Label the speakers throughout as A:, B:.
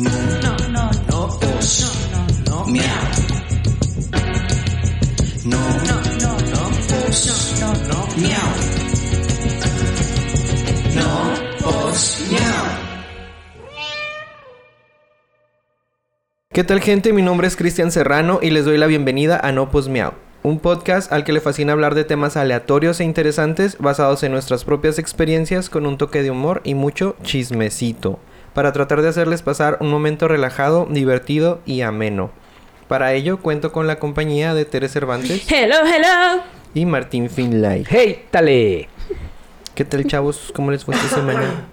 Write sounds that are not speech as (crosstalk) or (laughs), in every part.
A: No, no, no, no os. No, no, no. No, no, no, no os. No, no, miau. No os miau.
B: ¿Qué tal gente? Mi nombre es Cristian Serrano y les doy la bienvenida a No Pos Miau, un podcast al que le fascina hablar de temas aleatorios e interesantes basados en nuestras propias experiencias con un toque de humor y mucho chismecito, para tratar de hacerles pasar un momento relajado, divertido y ameno. Para ello cuento con la compañía de Tere Cervantes
C: Hello, hello.
B: y Martín Finlay.
D: ¡Hey, tale!
B: ¿Qué tal chavos? ¿Cómo les fue esta semana?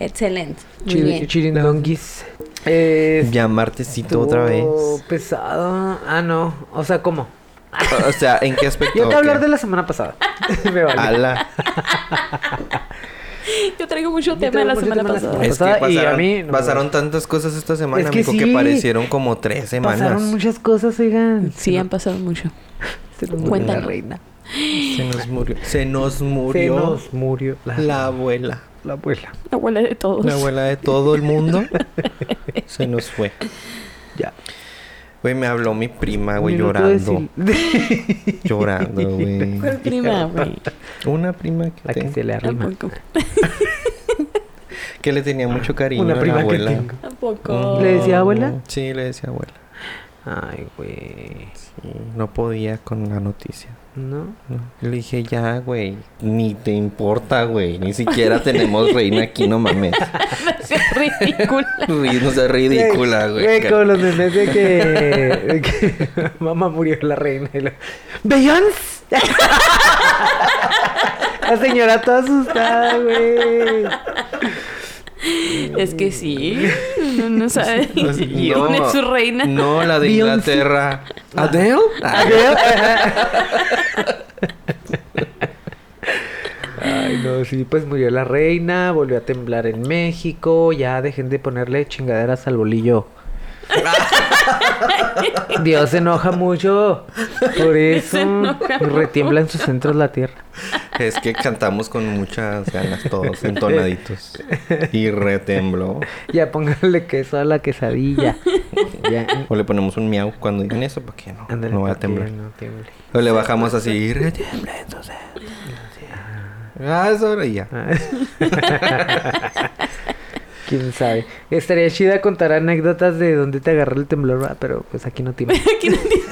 C: Excelente. Muy
D: Chiri-
C: bien.
D: Chirindonguis. Eh,
B: Ya martesito otra vez.
D: estuvo pesado. Ah, no. O sea, ¿cómo?
B: O sea, ¿en qué aspecto?
D: Yo te voy a
B: ¿O
D: hablar
B: qué?
D: de la
B: (laughs)
D: semana pasada. Me vale.
B: Ala.
C: Yo traigo mucho
D: Yo
C: tema de la
D: traigo mucho
C: semana
D: tema de
C: pasada.
D: la semana.
B: Es que
D: pasada
B: pasaron,
D: y a mí no me
B: pasaron
D: gusta.
B: tantas cosas esta semana,
D: Es que
B: amigo, que
D: sí.
B: parecieron como tres semanas.
D: Pasaron muchas cosas, oigan.
C: Sí, han pasado mucho.
D: Se nos murió
C: Cuéntanos.
D: la reina.
B: Se nos murió. Se nos
D: Se
B: murió
D: nos murió la,
B: la abuela.
D: la abuela.
C: La abuela de todos.
D: Pues
B: La abuela de todo el
D: (laughs)
B: mundo. se nos fue.
D: Ya.
B: Güey, me habló mi prima, güey,
D: Minuto de
B: llorando.
D: sil-
B: Llorando, güey.
C: ¿Cuál (laughs) prima, güey?
B: Una prima que,
D: (laughs) La que
B: tengo-
D: se le arrima.
C: Tampoco.
B: que le tenía mucho cariño
D: Una
B: a
D: prima
B: la
D: que
B: abuela.
D: tengo.
B: Mm.
C: Tampoco.
D: ¿Le decía abuela?
B: Sí, le decía abuela.
D: Ay, güey.
B: Sí, no podía con la noticia.
D: ¿No?
B: Le dije, ya, güey, ni te importa, güey. Ni siquiera tenemos reina aquí, no mames.
C: (laughs) Es ridícula.
B: Ri- No seas ridícula, güey.
D: Güey,
B: (laughs)
D: como los memes de que... de que (laughs) mamá murió la reina y lo... ¡Beyoncé! (laughs) la señora toda asustada, güey.
C: Es que sí. No, no sabe.
B: Mm. (laughs) No,
C: (laughs) Y una es su reina.
B: No, la de
D: Beyoncé.
B: Inglaterra. ¿Adele? Ah,
D: Ay, no, sí, pues murió la reina, volvió a temblar en México, ya dejen de ponerle chingaderas al bolillo. Dios se enoja mucho, por eso
C: enoja
D: retiembla en sus centros la tierra.
B: Es que cantamos con muchas ganas todos, entonaditos. Y retembló.
D: Ya póngale queso a la quesadilla. Ya,
B: O le ponemos un miau cuando digan eso, para que no,
D: ándale,
B: no va a
D: para que
B: temblar.
D: no tiemble.
B: O le bajamos así. Retiembla, entonces. Ah, eso ahora y ya.
D: Ah. Quién sabe. Estaría chida contar anécdotas de dónde te agarró el temblor, ¿verdad? pero pues aquí no tiembla.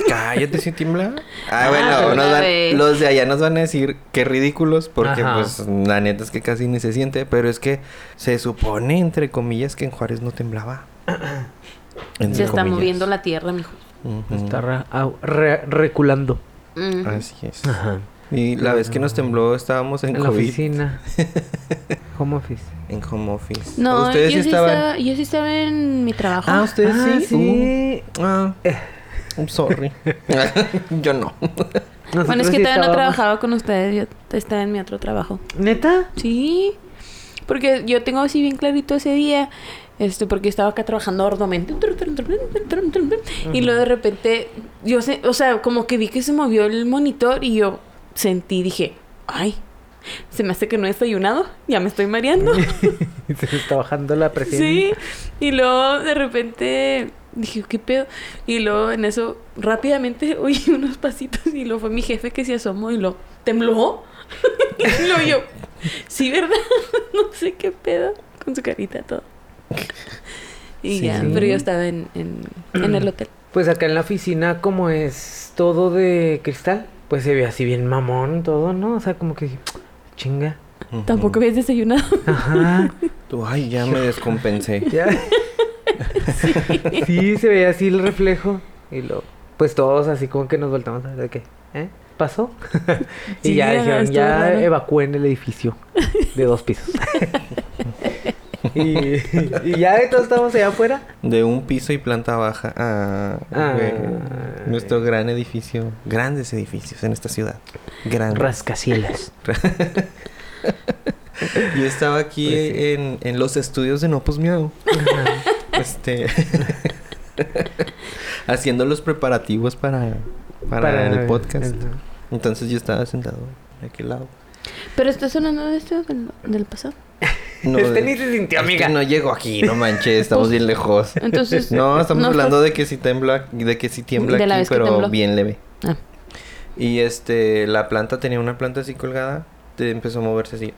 B: Cállate si tiembla. Ah,
C: Ah,
B: bueno,
C: pero
B: nos
C: una
B: van-
C: vez.
B: los de allá nos van a decir qué ridículos, porque
D: Ajá.
B: pues la neta es que casi ni se siente, pero es que se supone, entre comillas, que en Juárez no temblaba.
C: (clears throat)
B: Entre
C: Se está
B: comillas.
C: moviendo la tierra, mijo.
B: Ujú.
D: Está ra- au- re- reculando.
C: Mm.
B: Así Ah, es. Y la vez que nos tembló estábamos en,
D: En la
B: COVID,
D: (laughs) oficina. Home office.
B: en home office.
C: No, yo
B: ustedes
C: sí,
B: sí estaban.
C: estaba, yo sí estaba en mi trabajo.
B: Ah, ustedes
D: Ah,
B: sí.
D: sí.
B: Uh.
D: (laughs)
B: Ah, I'm sorry. (laughs) yo no.
C: bueno,
D: Nosotros
C: es que todavía no
D: sí estábamos-
C: trabajaba con ustedes. Yo estaba en mi otro trabajo.
D: ¿Neta?
C: Sí, porque yo tengo así bien clarito ese día, este, porque estaba acá trabajando arduamente. Y luego de repente, yo sé, o sea, como que vi que se movió el monitor y yo sentí, dije, ay, se me hace que no he desayunado, ya me estoy mareando.
D: (laughs) Se está bajando la presión.
C: Sí, y luego de repente dije, ¿qué pedo? Y luego en eso rápidamente (laughs) oí unos pasitos y luego fue mi jefe que se asomó y lo tembló. (laughs) y luego yo, sí, ¿verdad? (laughs) no sé qué pedo con su carita todo. Y
B: Sí,
C: ya,
B: sí.
C: pero yo estaba en, en, en el hotel.
D: Pues acá en la oficina, como es todo de cristal, pues se ve así bien mamón todo, ¿no? O sea, como que dije, chinga.
C: Tampoco habías desayunado. (laughs)
D: Ajá.
B: Tú, ay, ya me
D: (laughs)
B: descompensé. (laughs)
D: Ya. Sí. se veía así el reflejo. Y lo, pues todos así como que nos voltamos a ver de qué. ¿Eh? ¿Pasó? (laughs) y
C: Sí,
D: ya
C: ya,
D: dijeron,
C: estuvo
D: ya
C: raro.
D: evacúen el edificio de
B: (laughs)
D: dos pisos. y, y ya de todos estamos allá afuera.
B: De un piso y planta baja a
D: Ah.
B: güey, nuestro gran edificio, grandes edificios en esta ciudad. Grandes.
D: Rascacielos.
B: Yo estaba aquí
D: Pues sí.
B: en, en los estudios de Nopos Miau,
C: (laughs)
B: este, haciendo los preparativos para, para, el podcast. Entonces yo estaba sentado de aquel lado.
C: Pero está sonando de esto del, del pasado.
B: No,
D: este ni se sintió,
B: es que
D: amiga.
B: no llego aquí, no manches, estamos bien lejos. (laughs)
C: Entonces.
B: No, estamos
C: no
B: hablando de que sí tiembla, de que sí tiembla
C: De la
B: aquí,
C: vez que
B: pero
C: tembló.
B: bien leve.
C: Ah.
B: Y este, la planta tenía una planta así colgada, te empezó a moverse así.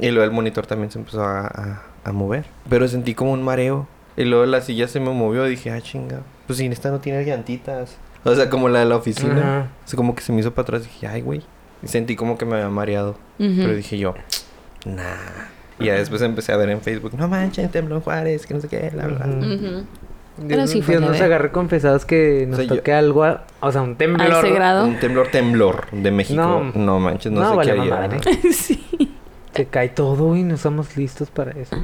B: Y luego el monitor también se empezó a, a- a mover. Pero sentí como un mareo. Y luego la silla se me movió. Dije, ah, chinga. Pues sí, esta no tiene llantitas. O sea, como la de la oficina.
D: Ajá.
B: O sea, como que se me hizo para atrás. Dije, ay, güey. Y sentí como que me había mareado.
C: Ujú.
B: Pero dije yo, nah. Y ya después empecé a ver en Facebook, no manches, tembló en Juárez, que no sé qué, bla, bla.
D: Ujú.
C: Ujú.
D: Dios,
C: Pero sí fue
D: Dios nos
C: leve.
D: agarre confesados que nos
B: O sea, yo-
D: toque algo, a- o sea, un
C: A
D: temblor.
C: ese grado.
B: Un temblor temblor de México. No,
D: No.
B: manches, no,
D: No,
B: sé
D: vale
B: qué había.
D: mamada,
C: (laughs)
D: ¿eh?
C: sí.
D: Se cae todo y no estamos listos para eso.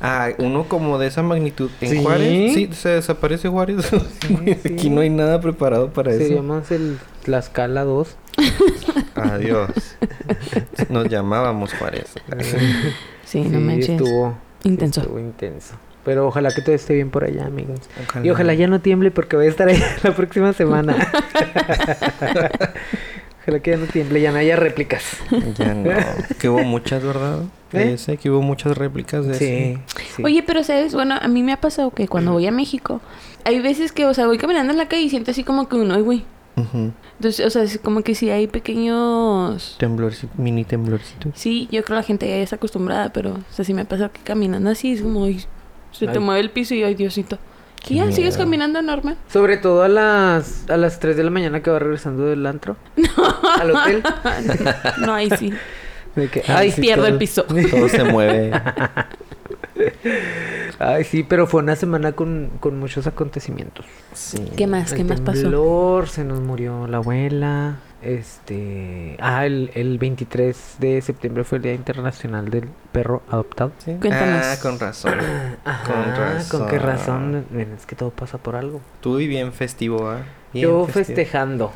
B: Ah, uno como de esa magnitud en
D: ¿Sí?
B: Juárez. Sí, se desaparece Juárez. (laughs) Aquí
D: sí.
B: no hay nada preparado para eso.
D: Seríamos el Tlaxcala 2.
B: Adiós. (laughs) Nos llamábamos Juárez.
C: Sí, no manches.
D: Estuvo,
C: Intenso.
D: estuvo intenso. Pero ojalá que todo esté bien por allá, amigos.
B: Ojalá.
D: Y ojalá ya no tiemble porque voy a estar ahí (laughs) la
B: (laughs)
D: próxima semana. ojalá que ya no tiemble, ya no haya réplicas.
B: Ya no. Que hubo muchas, ¿verdad?
D: ¿Eh?
B: De ese, que hubo muchas réplicas de
D: Sí,
B: ese.
D: sí.
C: Oye, pero sabes, bueno, a mí me ha pasado que cuando voy a México, hay veces que, o sea, voy caminando en la calle y siento así como que uno, ay, güey.
B: Ujú.
C: Entonces, o sea, es como que sí hay pequeños.
B: Temblorci- mini
D: (laughs)
B: temblorcito.
C: Sí, yo creo que la gente ya está acostumbrada, pero, o sea, sí me ha pasado que caminando así es como, ay, se te
D: Ay.
C: mueve el piso y, ay, Diosito.
B: Qué
C: Y ya, sigues
B: miedo.
C: caminando normal. (laughs)
D: Sobre todo a las, a las 3 de la mañana que va regresando del antro. Al hotel.
C: (laughs) No, ahí
D: (laughs)
C: sí.
D: De que,
B: Ah,
C: Ay,
D: sí,
C: pierdo el
D: todo- (laughs)
C: piso.
B: Todo se mueve.
D: Ay, sí, pero fue una semana con, con muchos acontecimientos.
B: Sí.
C: ¿Qué más? ¿Qué
D: El
C: más pasó?
D: temblor, se nos murió la abuela. Este. Ah, el, el 23 de septiembre fue el Día Internacional del Perro Adoptado.
B: Sí.
C: Cuéntanos.
B: Ah, con razón.
D: Ajá,
B: Con razón.
D: ¿Con qué razón? Bueno, es que todo pasa por algo.
B: Tú y bien festivo, ¿ah? Bien
D: Yo
B: festivo. (laughs)
D: festejando.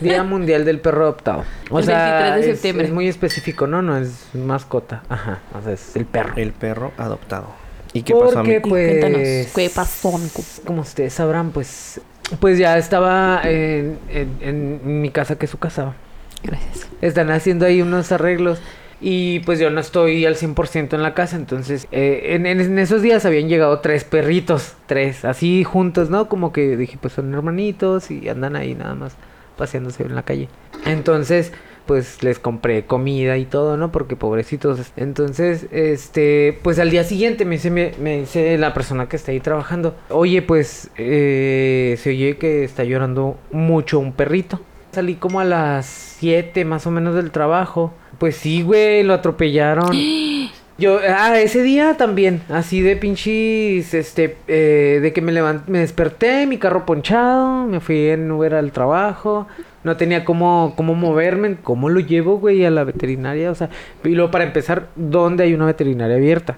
D: Día Mundial del Perro Adoptado. O
C: El
D: sea,
C: 23 de
D: es-
C: septiembre.
D: Es, muy específico, ¿no? No es mascota. Ajá. O sea, es el perro.
B: El perro adoptado. ¿Y qué
D: Porque,
B: pasó, amigo?
D: pues,
C: Cuéntanos, ¿qué pasó, mico?
D: Como ustedes sabrán, pues, pues ya estaba en, en- en mi casa, que es su casa.
C: Gracias.
D: Están haciendo ahí unos arreglos. Y pues yo no estoy al 100% en la casa, entonces eh, en, en- en esos días habían llegado tres perritos, tres, así juntos, ¿no? Como que dije, pues son hermanitos y andan ahí nada más paseándose en la calle. Entonces, pues les compré comida y todo, ¿no? Porque pobrecitos. Entonces, este, pues al día siguiente me dice, me, me dice la persona que está ahí trabajando, oye, pues eh, se oye que está llorando mucho un perrito. Salí como a las 7 más o menos del trabajo. Pues sí, güey, lo atropellaron. (gasps) Yo, ah, ese día también, así de pinches, este, eh, de que me levanté, me desperté, mi carro ponchado, me fui en Uber al trabajo, no tenía cómo, cómo moverme, cómo lo llevo, güey, a la veterinaria, o sea, y luego para empezar, ¿dónde hay una veterinaria abierta?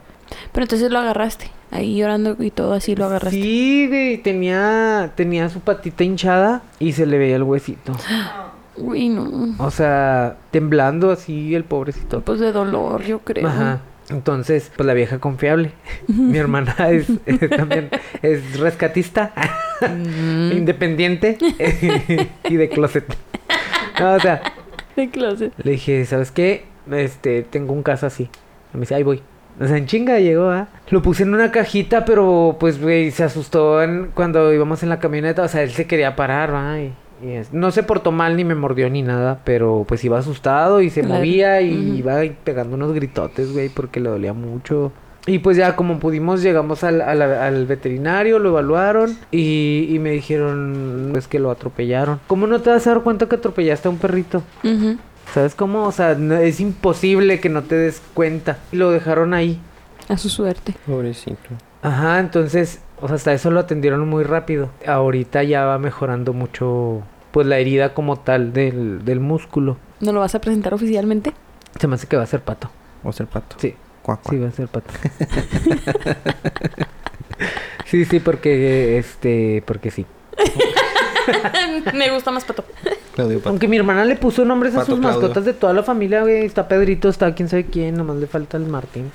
C: Pero entonces lo agarraste, ahí llorando y todo así lo agarraste.
D: Sí, güey, tenía, tenía su patita hinchada y se le veía el huesito,
C: Uy, no.
D: o sea, temblando así el pobrecito.
C: Pues de dolor, yo creo.
D: Ajá. Entonces, pues la vieja confiable. Mi hermana es, es también es rescatista,
C: Mm.
D: independiente (laughs) y de closet. No, o sea,
C: De closet.
D: le dije, ¿sabes qué? Este, tengo un caso así. Y me dice, ahí voy. O sea, en chinga llegó, ¿ah? Lo puse en una cajita, pero pues, güey, se asustó en- cuando íbamos en la camioneta. O sea, él se quería parar, ¿va? Y, y es- no se portó mal, ni me mordió, ni nada. Pero pues iba asustado y se
C: Claro.
D: movía y
C: Ujú.
D: iba ahí pegando unos gritotes, güey, porque le dolía mucho. Y pues ya como pudimos llegamos al, al- al veterinario, lo evaluaron y, y me dijeron pues que lo atropellaron. ¿Cómo no te vas a dar cuenta que atropellaste a un perrito?
C: Ujú.
D: ¿Sabes cómo? O sea, no- es imposible que no te des cuenta. Y Lo dejaron ahí.
C: A su suerte.
B: Pobrecito.
D: Ajá, entonces, o sea, hasta eso lo atendieron muy rápido. Ahorita ya va mejorando mucho, pues la herida como tal del, del músculo.
C: ¿No lo vas a presentar oficialmente?
D: Se me hace que va a ser pato.
B: O sea, el pato.
D: Sí,
B: Cuac, cuac.
D: sí, va a ser pato. (laughs) sí, sí, porque, este, porque sí.
C: (laughs) Me gusta más pato.
B: Claudio Pato.
D: Aunque mi hermana le puso nombres a
B: Pato
D: sus
B: Claudio.
D: mascotas de toda la familia, güey. Está Pedrito, está quién sabe quién, nomás le falta el Martín.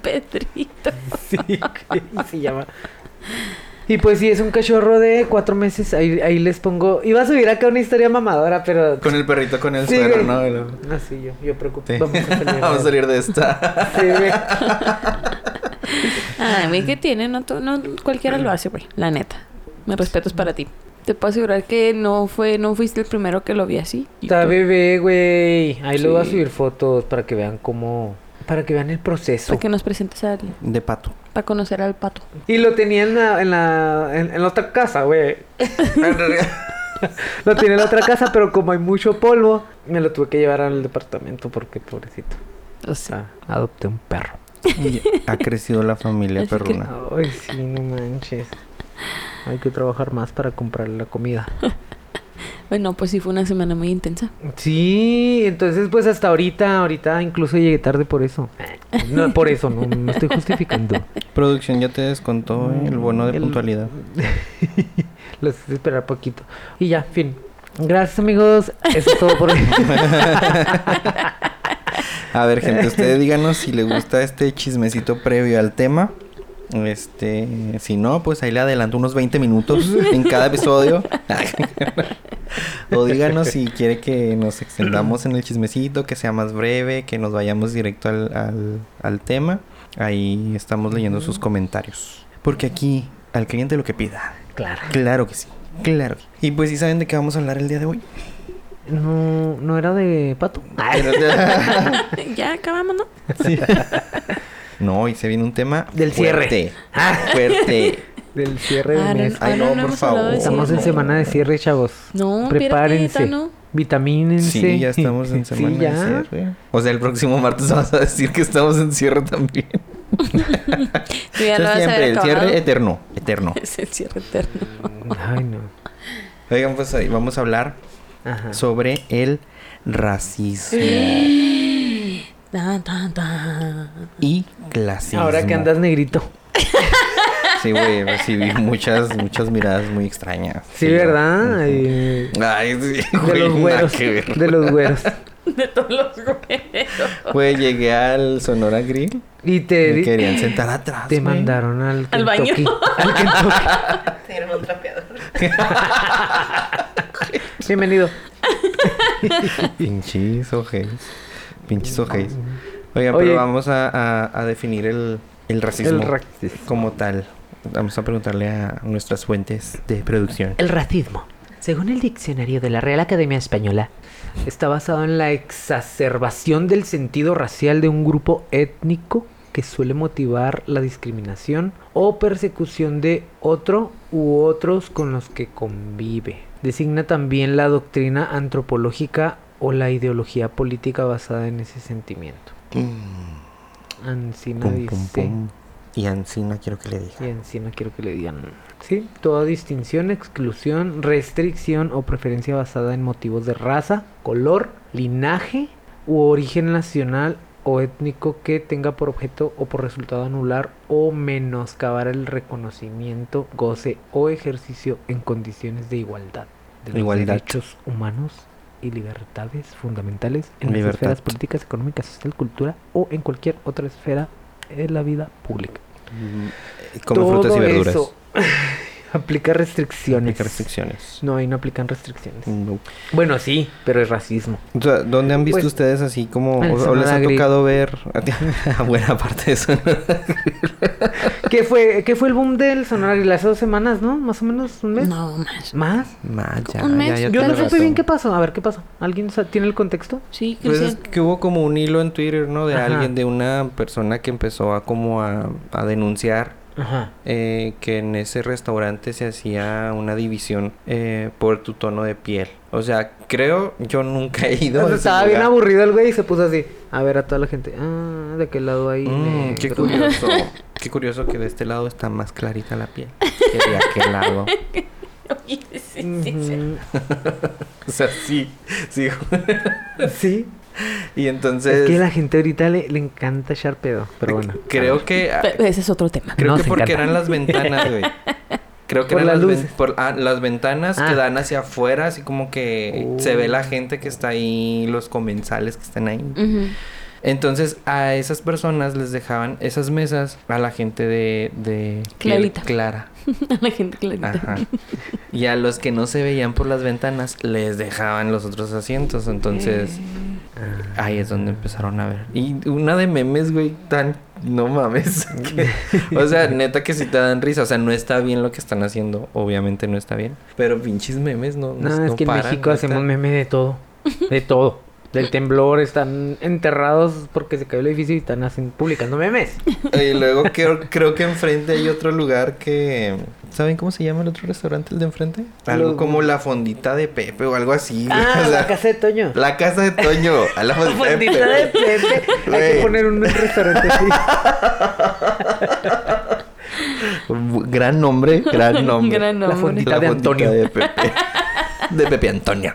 C: Pedrito.
D: (laughs) Sí, güey, se llama. Y pues sí, es un cachorro de cuatro meses. Ahí, ahí les pongo. Iba a subir acá una historia mamadora, pero.
B: Con el perrito, con el
D: Sí,
B: suero,
D: güey.
B: ¿no? El-
D: No, sí, yo, yo preocupo.
B: Sí. (laughs)
D: Vamos a salir.
B: Vamos a salir de
D: (laughs)
B: esta.
D: Sí, güey.
C: Ay, güey, ¿qué tiene? No, to- no cualquiera lo hace, güey. La neta. Mi respeto es para ti. Te puedo asegurar que no fue, no fuiste el primero que lo vi así.
D: Está bebé, güey. Ahí lo voy a
C: Sí.
D: subir fotos para que vean cómo. Para que vean el proceso.
C: Para que nos presentes a alguien.
B: De pato.
C: Para conocer al pato.
D: Y lo tenía en la, en la, en, en la otra casa, güey. Lo tenía en la otra casa, pero como hay mucho polvo, me lo tuve que llevar al departamento porque pobrecito.
C: O
D: O
C: sea,
D: sea, adopté un perro.
B: ha crecido la familia
C: Así que-
B: perruna.
D: Ay, sí, no manches. Hay que trabajar más para comprarle la comida.
C: bueno, pues sí fue una semana muy
B: (laughs)
C: intensa. (laughs)
D: Sí, entonces pues hasta ahorita, ahorita incluso llegué tarde por eso. No, por eso, no, no estoy justificando.
B: Producción ya te descontó ¿eh? el bono de
D: El-
B: puntualidad.
D: (laughs) Los hice esperar poquito. Y ya, fin. Gracias amigos, eso es todo
B: (laughs)
D: por hoy.
B: A ver, gente, ustedes díganos si les gusta este chismecito previo al tema. Este, si no, pues ahí le adelanto unos 20 minutos en cada
D: (laughs)
B: episodio. o díganos si quiere que nos extendamos en el chismecito, que sea más breve, que nos vayamos directo al, al- al tema. Ahí estamos leyendo sus comentarios. Porque aquí, al cliente lo que pida.
D: Claro.
B: Claro que sí, claro. Y pues si saben de qué vamos a hablar el día de hoy.
D: No, no era de pato.
B: Ah,
D: (laughs)
C: ya acabamos, ¿no?
B: (laughs) No, hoy se viene un tema
D: Del cierre.
B: fuerte. Fuerte.
D: Ah, Del cierre de
C: Ah,
D: mes.
B: Ay,
C: ah,
B: no, por
C: hemos hablado de
B: favor.
D: Estamos en
C: cierre.
D: semana de cierre, chavos.
C: No,
D: Prepárense.
C: Prepárense. ¿no?
D: Vitamínense.
B: Sí, ya estamos en
D: (laughs) Sí,
B: semana de
D: ya.
B: cierre. O sea, el próximo martes (laughs) vas a decir que estamos en cierre también.
C: Tú ya lo
B: Eso
C: vas a
B: siempre,
C: haber
B: el
C: acabado.
B: cierre eterno, eterno.
C: (laughs) Es el cierre eterno.
D: Ay, no.
B: Oigan, pues ahí vamos a hablar
D: Ajá.
B: sobre el racismo
D: (gasps)
C: Tan, tan, tan.
B: y clasismo.
D: Ahora que andas negrito.
B: Sí, güey, recibí muchas, muchas miradas muy extrañas.
D: Sí,
B: yo-
D: ¿verdad?
B: Ujú.
D: Ay,
B: Ay, sí,
D: de
B: güey,
D: los
B: nada
D: güeros.
B: que ver.
D: De los güeros.
C: De todos los güeros.
B: Güey, llegué al Sonora Grill.
D: Y te,
B: Me querían sentar atrás.
D: te
B: güey.
D: mandaron al,
C: Al baño.
D: Kentucky. Al Kentucky.
A: Te dieron un trapeador.
D: Bienvenido.
B: Pinches ojeis. Pinches ojeis. Oiga,
D: Oye.
B: pero vamos a, a- a definir el, el racismo
D: El racismo.
B: como tal. Vamos a preguntarle a nuestras fuentes de producción.
D: El racismo, según el diccionario de la Real Academia Española, está basado en la exacerbación del sentido racial de un grupo étnico que suele motivar la discriminación o persecución de otro u otros con los que convive. Designa también la doctrina antropológica o la ideología política basada en ese sentimiento. Ancina
B: Mm. Pum,
D: dice...
B: pum, pum. Y Ancina quiero que le diga.
D: Y encima quiero que le digan. Sí, toda distinción, exclusión, restricción o preferencia basada en motivos de raza, color, linaje u origen nacional o étnico que tenga por objeto o por resultado anular o menoscabar el reconocimiento, goce o ejercicio en condiciones de igualdad. De los
B: Igualdad.
D: derechos humanos y libertades fundamentales en las
B: Libertad.
D: esferas políticas, económicas, social, cultura o en cualquier otra esfera de la vida pública
B: Como frutas y verduras.
D: eso aplica restricciones.
B: Aplica restricciones. Mm.
D: No, ahí no aplican restricciones.
B: No.
D: Bueno, sí, pero es racismo.
B: O sea, ¿dónde han visto
D: Pues,
B: ustedes así como...
D: el
B: O, o les
D: Sonora
B: ha
D: Grill.
B: tocado ver... (laughs) a buena parte de eso.
D: ¿Qué fue, qué fue el boom del Sonora Grill? Hace dos semanas, ¿no? Más o menos un mes.
C: No, más.
D: ¿Más?
B: Ma, ya,
C: Un mes.
B: Ah, ya, ya
D: Yo no
B: tiene
D: supe
B: razón.
D: bien qué pasó. A ver, ¿qué pasó? ¿Alguien sa- tiene el contexto?
C: Sí,
B: Pues es
C: Cristian.
B: que hubo como un hilo en Twitter, ¿no? De
D: Ajá.
B: alguien, de una persona que empezó a como a, a denunciar
D: Ajá.
B: eh, que en ese restaurante se hacía una división eh, por tu tono de piel. O sea, creo, yo nunca he ido. a ese
D: estaba bien
B: lugar.
D: aburrido el güey y se puso así. A ver a toda la gente. Ah, de qué lado hay.
B: Mm, qué (laughs)
D: negro?"
B: curioso. qué curioso que de este lado está más clarita la piel que de aquel
D: (laughs)
B: lado.
D: Ujú.
B: O sea, sí, sí.
D: Sí.
B: y entonces.
D: Es que la gente ahorita le, le encanta echar pedo. Pero bueno. (laughs)
B: Creo que. ah,
C: Pero ese es otro tema.
B: Creo
D: Nos
B: que porque
D: encanta.
B: eran las ventanas,
D: (laughs)
B: güey. Creo que
D: Por
B: eran las,
D: las
B: ven-
D: luces.
B: por- ah, las ventanas
D: Ah.
B: que dan hacia afuera, así como que
D: Oh.
B: se ve la gente que está ahí, los comensales que están ahí.
C: Ujú.
B: Entonces a esas personas les dejaban esas mesas a la gente de, de piel
C: Clarita.
B: clara.
C: (laughs) A la gente clarita.
B: Ajá. Y a los que no se veían por las ventanas les dejaban los otros asientos. Entonces
C: Eh.
D: Ah.
B: ahí es donde empezaron a ver. Y una de memes, güey, tan... No
D: (laughs)
B: mames. que- o sea, neta que si te dan risa. O sea, no está bien lo que están haciendo. Obviamente no está bien. Pero pinches memes no...
D: No, es que en
B: paran,
D: México
B: neta.
D: hacemos meme de todo. De todo. Del temblor, están enterrados porque se cayó el edificio y están hacen- publicando memes.
B: Y
D: (laughs)
B: luego creo, creo que enfrente hay otro lugar que... ¿Saben cómo se llama el otro restaurante, el de enfrente? Algo
D: Los-
B: como la fondita de Pepe o algo así. güey.
D: Ah,
B: (laughs) O sea,
D: la casa de Toño.
B: la casa de Toño. A la fondita de
D: Fondita
B: Pepe.
D: de Pepe. Hay que
B: Güey.
D: poner un restaurante así.
B: Bu- Gran (laughs) nombre, gran nombre.
C: Gran
D: La
C: nombre.
D: fondita de Antonio.
B: de (laughs) Pepe. De Pepe (laughs) Antonio.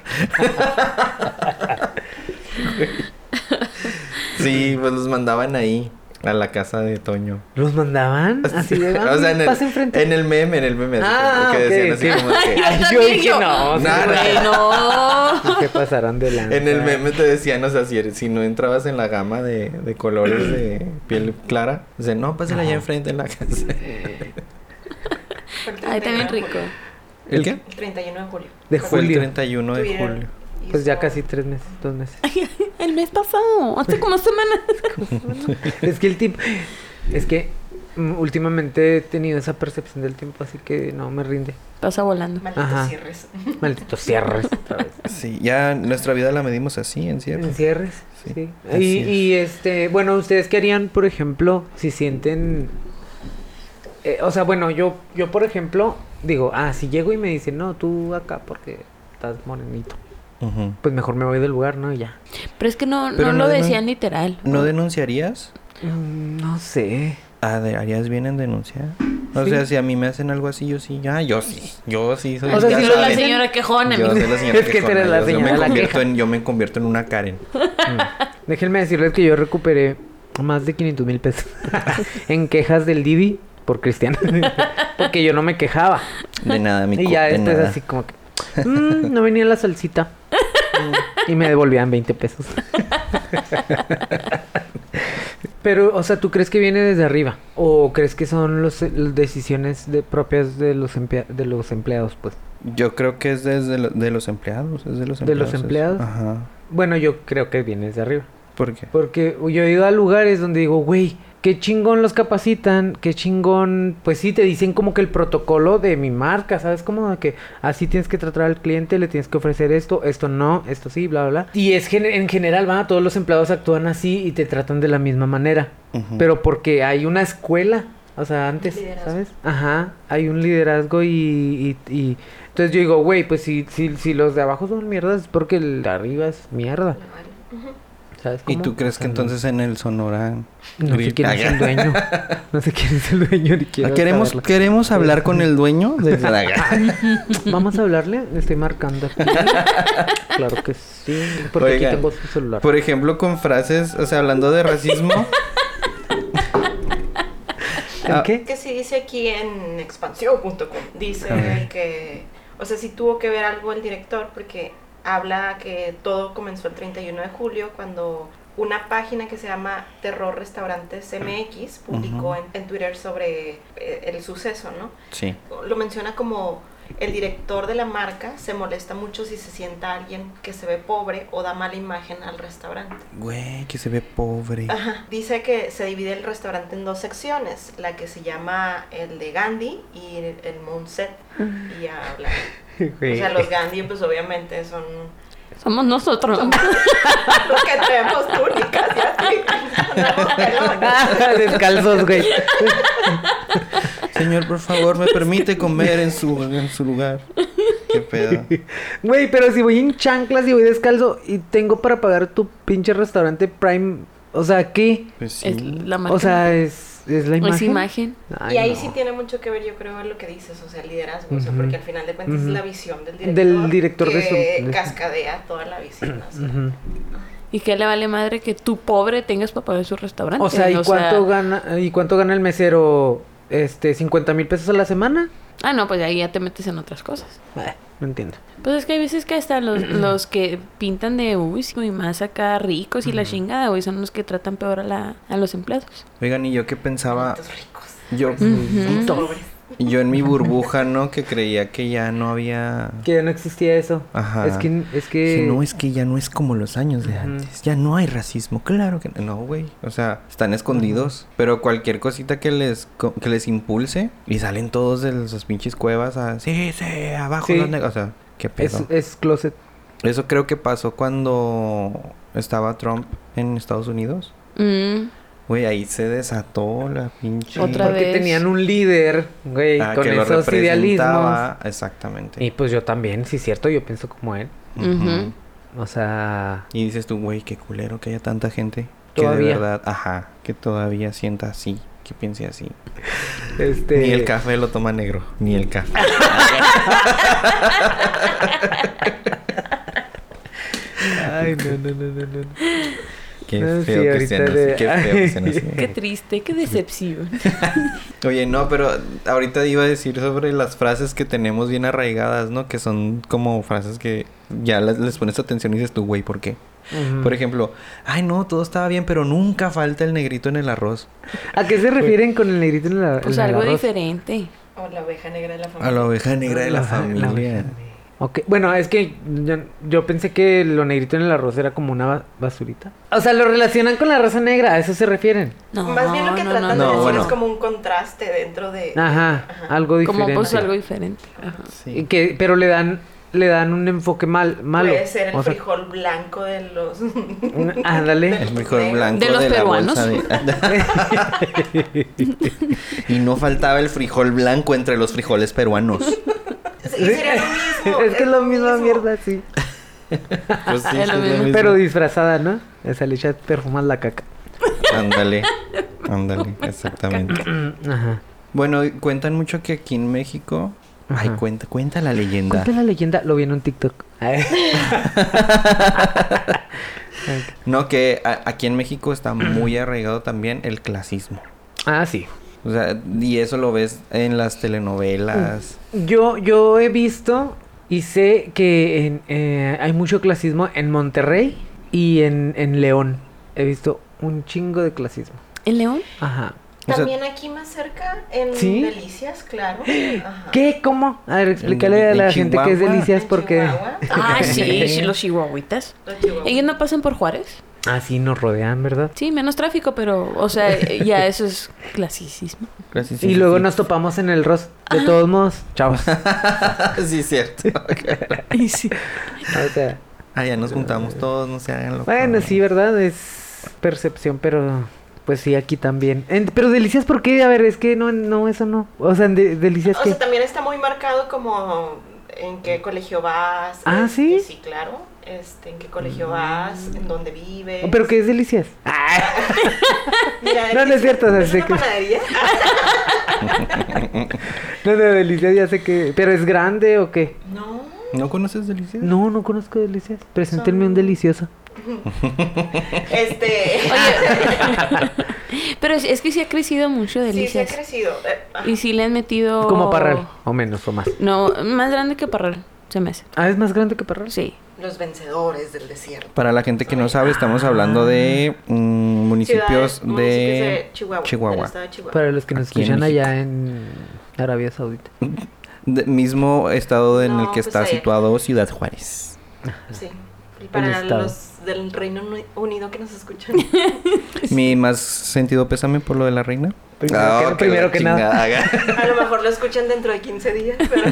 B: sí, pues los mandaban ahí, a la casa de Toño.
D: Los
B: (laughs)
D: mandaban así de
B: o sea, en el,
D: pasa enfrente.
B: en el meme, en el meme. así
D: Ah,
B: como que
D: ok,
B: decían así
D: ok.
B: como que-
D: (laughs) Ay, yo
C: también
D: dije, no,
B: no,
D: sí,
B: no.
D: güey.
C: Ay, no.
D: ¿Qué pasarán de lanza?
B: En el meme te decían, o sea, si, eres- si no entrabas en la gama de, de colores de piel clara, dicen, no, pásala allá enfrente en la
D: (laughs)
B: casa.
C: Ay, también rico.
B: ¿El qué?
A: El 31 de julio.
D: De
B: Fue el
D: julio.
B: 31 de
A: Tuvieron-
B: julio.
D: Pues ya
A: hizo-
D: casi tres meses, dos
B: (laughs)
D: meses.
C: El mes pasado, hace como semanas.
D: es que el tiempo. Es que mm, últimamente he tenido esa percepción del tiempo, así que no me rinde.
C: Pasa volando.
A: Maldito
D: Ajá.
A: cierres.
D: Maldito cierres otra vez.
B: Sí, ya nuestra vida la medimos así, en cierto.
D: En cierres,
B: Sí,
D: sí.
B: así
D: Y, y, este, bueno, ¿ustedes qué harían, por ejemplo, si sienten... eh, o sea, bueno, yo, yo, por ejemplo, digo, ah, si llego y me dicen, no, tú acá porque estás morenito,
B: Ujú.
D: pues mejor me voy del lugar, ¿no? Y ya.
C: Pero es que no,
B: Pero
C: no,
B: no
C: lo
B: deman-
C: decían literal.
B: ¿No denunciarías?
D: Mm, No sé.
B: Ah, de- ¿Harías bien en denunciar? O
D: Sí.
B: sea, si a mí me hacen algo así, yo sí, ya, yo sí, yo sí soy.
D: O sea,
B: ya
C: si
D: sí
C: lo la
B: saben.
C: señora quejona.
B: Yo
C: mi-
B: soy la señora
D: Es que tú eres
B: quejona,
D: la
B: yo- yo
D: señora
B: me
D: la
B: convierto
D: queja.
B: en, Yo me convierto en una Karen.
D: Mm. Déjenme decirles que yo recuperé más de 500 mil pesos (laughs) en quejas del Didi por Cristian, (laughs) porque yo no me quejaba.
B: De nada, mi
D: (laughs) Y
B: co-
D: ya
B: de
D: después
B: nada.
D: así como que... "Mm, no venía la salsita. Mm, y me devolvían 20 pesos. Pero, o sea, ¿tú crees que viene desde arriba? ¿O crees que son los, las decisiones de, propias de los, emplea- de los empleados, pues?
B: Yo creo que es desde lo- de los empleados. Es de los empleados.
D: ¿De los
B: es-
D: empleados?
B: Ajá.
D: Bueno, yo creo que viene desde arriba.
B: ¿Por qué?
D: Porque yo he ido a lugares donde digo, güey, qué chingón los capacitan, qué chingón. Pues sí, te dicen como que el protocolo de mi marca, ¿sabes? Como de que así tienes que tratar al cliente, le tienes que ofrecer esto, esto no, esto sí, bla, bla, bla. Y es gen- en general, va, todos los empleados actúan así y te tratan de la misma manera.
B: Ujú.
D: Pero porque hay una escuela, o sea, antes,
A: Liderazgo.
D: ¿sabes? Ajá, hay un liderazgo y... y- y- Entonces yo digo, güey, pues si, si, si los de abajo son mierdas, es porque el de arriba es mierda.
A: La madre.
D: ¿Sabes
B: ¿Y
D: cómo?
B: tú crees que
D: O sea,
B: entonces en el Sonora...
D: no sé
B: Grita. Ah,
D: quién es
B: (laughs)
D: el dueño. No sé quién es el dueño ni quiero
B: ¿Queremos,
D: saberlo.
B: queremos hablar con el dueño de
D: (laughs) Vamos a hablarle. Le estoy marcando aquí. Claro que sí. Porque
B: Oigan,
D: aquí tengo su celular.
B: Por ejemplo, con frases, o sea, hablando de racismo... e- ah,
D: ¿El qué?
A: Que si dice aquí en expansión.com,
B: A ver.
A: dice que, o sea, si tuvo que ver algo el director, porque habla que todo comenzó el 31 de julio cuando una página que se llama Terror Restaurantes MX publicó
B: Ujú.
A: en, en Twitter sobre eh, el suceso, ¿no?
B: Sí.
A: lo menciona como el director de la marca se molesta mucho si se sienta alguien que se ve pobre o da mala imagen al restaurante.
B: Güey, que se ve pobre.
A: Ajá. Dice que se divide el restaurante en dos secciones, la que se llama el de Gandhi y el, el Moonset. Y ya habla. O sea, los Gandhi pues obviamente son
C: Somos nosotros.
A: (laughs) los que traemos túnicas y así. andamos pelones.
D: Ah, (laughs) Descalzos, güey.
B: Señor, por favor, me permite comer en su, en su lugar. Qué pedo.
D: Güey, pero si voy en chanclas y voy descalzo y tengo para pagar tu pinche restaurante Prime. O sea, ¿qué?
B: Pues sí.
C: Es la marca.
D: O sea, es, es la imagen.
C: es imagen.
D: Ay,
A: Y ahí
D: no.
A: sí tiene mucho que ver, yo creo, en lo que dices, o sea, el liderazgo, o sea,
D: Ujú.
A: porque al final de cuentas
D: Ujú.
A: es la visión del
D: Del
A: director.
D: director de
A: que
D: su- de-
A: cascadea toda la visión. o sea.
D: Ujú.
C: ¿Y qué le vale madre que tú pobre tengas para pagar su restaurante?
D: O sea, ¿y cuánto gana y cuánto gana el mesero? Este, 50 mil pesos a la semana.
C: Ah, no, pues ahí ya te metes en otras cosas.
D: Eh, no entiendo.
C: Pues es que hay veces que hasta los, los que pintan de, uy, sí, y más acá ricos y la chingada, güey, son los que tratan peor a, la, a los empleados.
B: Oigan, y yo que pensaba,
A: Estos ricos.
B: yo,
C: Ujú.
A: Pobres.
B: yo en mi burbuja, ¿no? Que creía que ya no había...
D: Que ya no existía eso.
B: Ajá.
D: Es que, es que...
B: Dije, no, es que ya no es como los años de
D: Ujú.
B: antes. Ya no hay racismo. Claro que no. no, güey. O sea, están escondidos. Pero cualquier cosita que les, co- que les impulse y salen todos de esas pinches cuevas a... Sí, sí, abajo
D: Sí.
B: los negros. O sea, qué pedo.
D: es, es closet.
B: Eso creo que pasó cuando estaba Trump en Estados Unidos.
C: Mm.
B: Güey, ahí se desató la pinche...
C: Otra
D: Porque
C: vez.
D: tenían un líder, güey,
B: Ah,
D: con
B: que lo
D: esos idealismos.
B: representaba. Exactamente.
D: Y pues yo también, sí, cierto, yo pienso como él.
B: Ujú.
C: Ujú.
D: O sea,
B: Y dices tú, güey, qué culero que haya tanta gente. Que de
D: Todavía.
B: verdad, ajá, que todavía sienta así, que piense así.
D: este.
B: Ni el café lo toma negro, ni el café.
D: Ay, no, no, no, no, no.
B: Qué
D: No, sí,
B: feo que
D: ahorita
B: sean así,
D: de-
B: qué feo que sean así.
C: Qué triste, qué decepción.
B: Oye, no, pero ahorita iba a decir sobre las frases que tenemos bien arraigadas, ¿no? Que son como frases que ya las- les pones atención y dices tú, güey, ¿por qué?
D: Ujú.
B: Por ejemplo, ay, no, todo estaba bien, pero nunca falta el negrito en el arroz.
D: ¿A qué se refieren con el negrito en la
C: Pues
D: en el
C: algo
D: arroz?
C: diferente.
A: O la oveja negra de la
B: A
A: familia.
B: la oveja negra de la
D: Ajá,
B: familia.
D: Ah, oveja negra. Ok, bueno, es que yo, yo pensé que lo negrito en el arroz era como una ba- basurita. O sea, lo relacionan con la raza negra, a eso se refieren.
C: No,
A: Más bien lo que
C: no, no,
A: tratan
C: no,
A: de
B: no,
A: decir
B: bueno.
A: es como un contraste dentro de...
D: Ah, Ajá, algo
C: Eh, Como
D: diferente.
C: pues algo diferente. Ajá.
B: Sí.
D: Y que, pero le dan, le dan un enfoque mal, malo.
A: Puede ser el
D: O sea,
A: frijol blanco de los... (laughs)
D: un-
C: (laughs)
D: Ándale. (laughs)
B: El mejor blanco
C: De los
B: la
C: peruanos.
B: bolsa de- (laughs) y no faltaba el frijol blanco entre los frijoles peruanos.
A: Sí, sería lo mismo.
D: (laughs) es que es la misma mierda, sí.
B: Pues sí,
C: Es lo
B: sí, es lo
C: mismo.
B: mismo.
D: Pero disfrazada, ¿no? Esa le echa perfumas la caca. (clears throat)
B: Ándale, ándale, exactamente.
D: Ajá.
B: Bueno, cuentan mucho que aquí en México... Ay,
D: Ajá.
B: cuenta, cuenta la leyenda.
D: Cuenta la leyenda, lo vi en un TikTok. (laughs) Ay.
B: No, que a- aquí en México está muy arraigado también el clasismo.
D: ah, sí.
B: O sea, y eso lo ves en las telenovelas.
D: Yo, yo he visto y sé que en, eh, hay mucho clasismo en Monterrey y en, en León. He visto un chingo de clasismo.
C: ¿El león?
D: Ajá.
B: O sea-
A: También aquí más cerca, en
D: ¿Sí?
A: Delicias, claro. Ajá.
D: ¿Qué? ¿Cómo? A ver, explícale
B: En-
D: a
B: en
D: la gente que es
B: Chihuahua.
D: delicias
A: En
D: porque... (laughs)
A: Chihuahua,
C: Ah, sí, sí, los chihuahuitas.
A: los chihuahuas.
C: Ellos no pasan por Juárez.
D: Ah, sí, nos rodean, ¿verdad?
C: Sí, menos tráfico, pero, o sea, eh, ya eso es clasicismo.
B: Clasismo.
D: Y luego nos topamos en el Ross. De
A: Ah.
D: todos modos, chavos.
B: (laughs) sí, cierto.
C: Y sí.
D: (laughs) O sea,
B: Ah, ya nos juntamos todos, no se hagan lo
D: bueno, sí, ¿verdad? Es percepción, pero... Pues sí, aquí también. En- pero delicias, ¿por qué? A ver, es que no, no, eso no. O sea, en de- delicias
A: O
D: que...
A: sea, también está muy marcado como en qué colegio vas.
D: Ah,
A: este,
D: ¿sí? Mm.
A: Sí, claro. Este, en qué colegio vas, en dónde vives.
D: Pero que es delicias. Ah.
A: (laughs) Mira,
D: No, no es cierto, o sea,
A: ¿Es
D: sé
A: una
D: que-
A: panadería?
D: No, no, Delicias ya sé que... ¿Pero es grande o qué?
A: No.
B: ¿No conoces Delicia?
D: No, no conozco Delicias. Preséntenme un delicioso.
A: (laughs) Este.
C: Pero es, es que sí ha crecido mucho
A: sí, se ha
C: delicias.
A: crecido. eh, ajá.
C: y sí le han metido...
D: Como Parral. O menos, o más.
C: No, más grande que Parral, se me hace.
D: Ah, ¿es más grande que Parral?
C: Sí.
A: Los vencedores del desierto.
B: Para la gente que no sabe, estamos hablando de mm, municipios
A: Ciudades-
B: de,
A: municipios de Chihuahua.
B: Chihuahua.
A: del estado de Chihuahua.
D: Para los que nos
B: Aquí en
D: escuchan
B: México.
D: allá en Arabia Saudita.
B: de- mismo estado en
A: No,
B: el que
A: pues
B: está
A: ahí.
B: situado Ciudad
D: (laughs)
B: Juárez.
A: Sí. Y para
D: estado.
A: los del Reino Uni- Unido que nos escuchan.
B: Mi más sentido pésame por lo de la reina.
D: Primero
B: Ah,
D: que-
B: la
D: primero que nada.
B: chingada.
A: A lo mejor lo escuchan dentro de 15 días,
D: (laughs)
A: pero.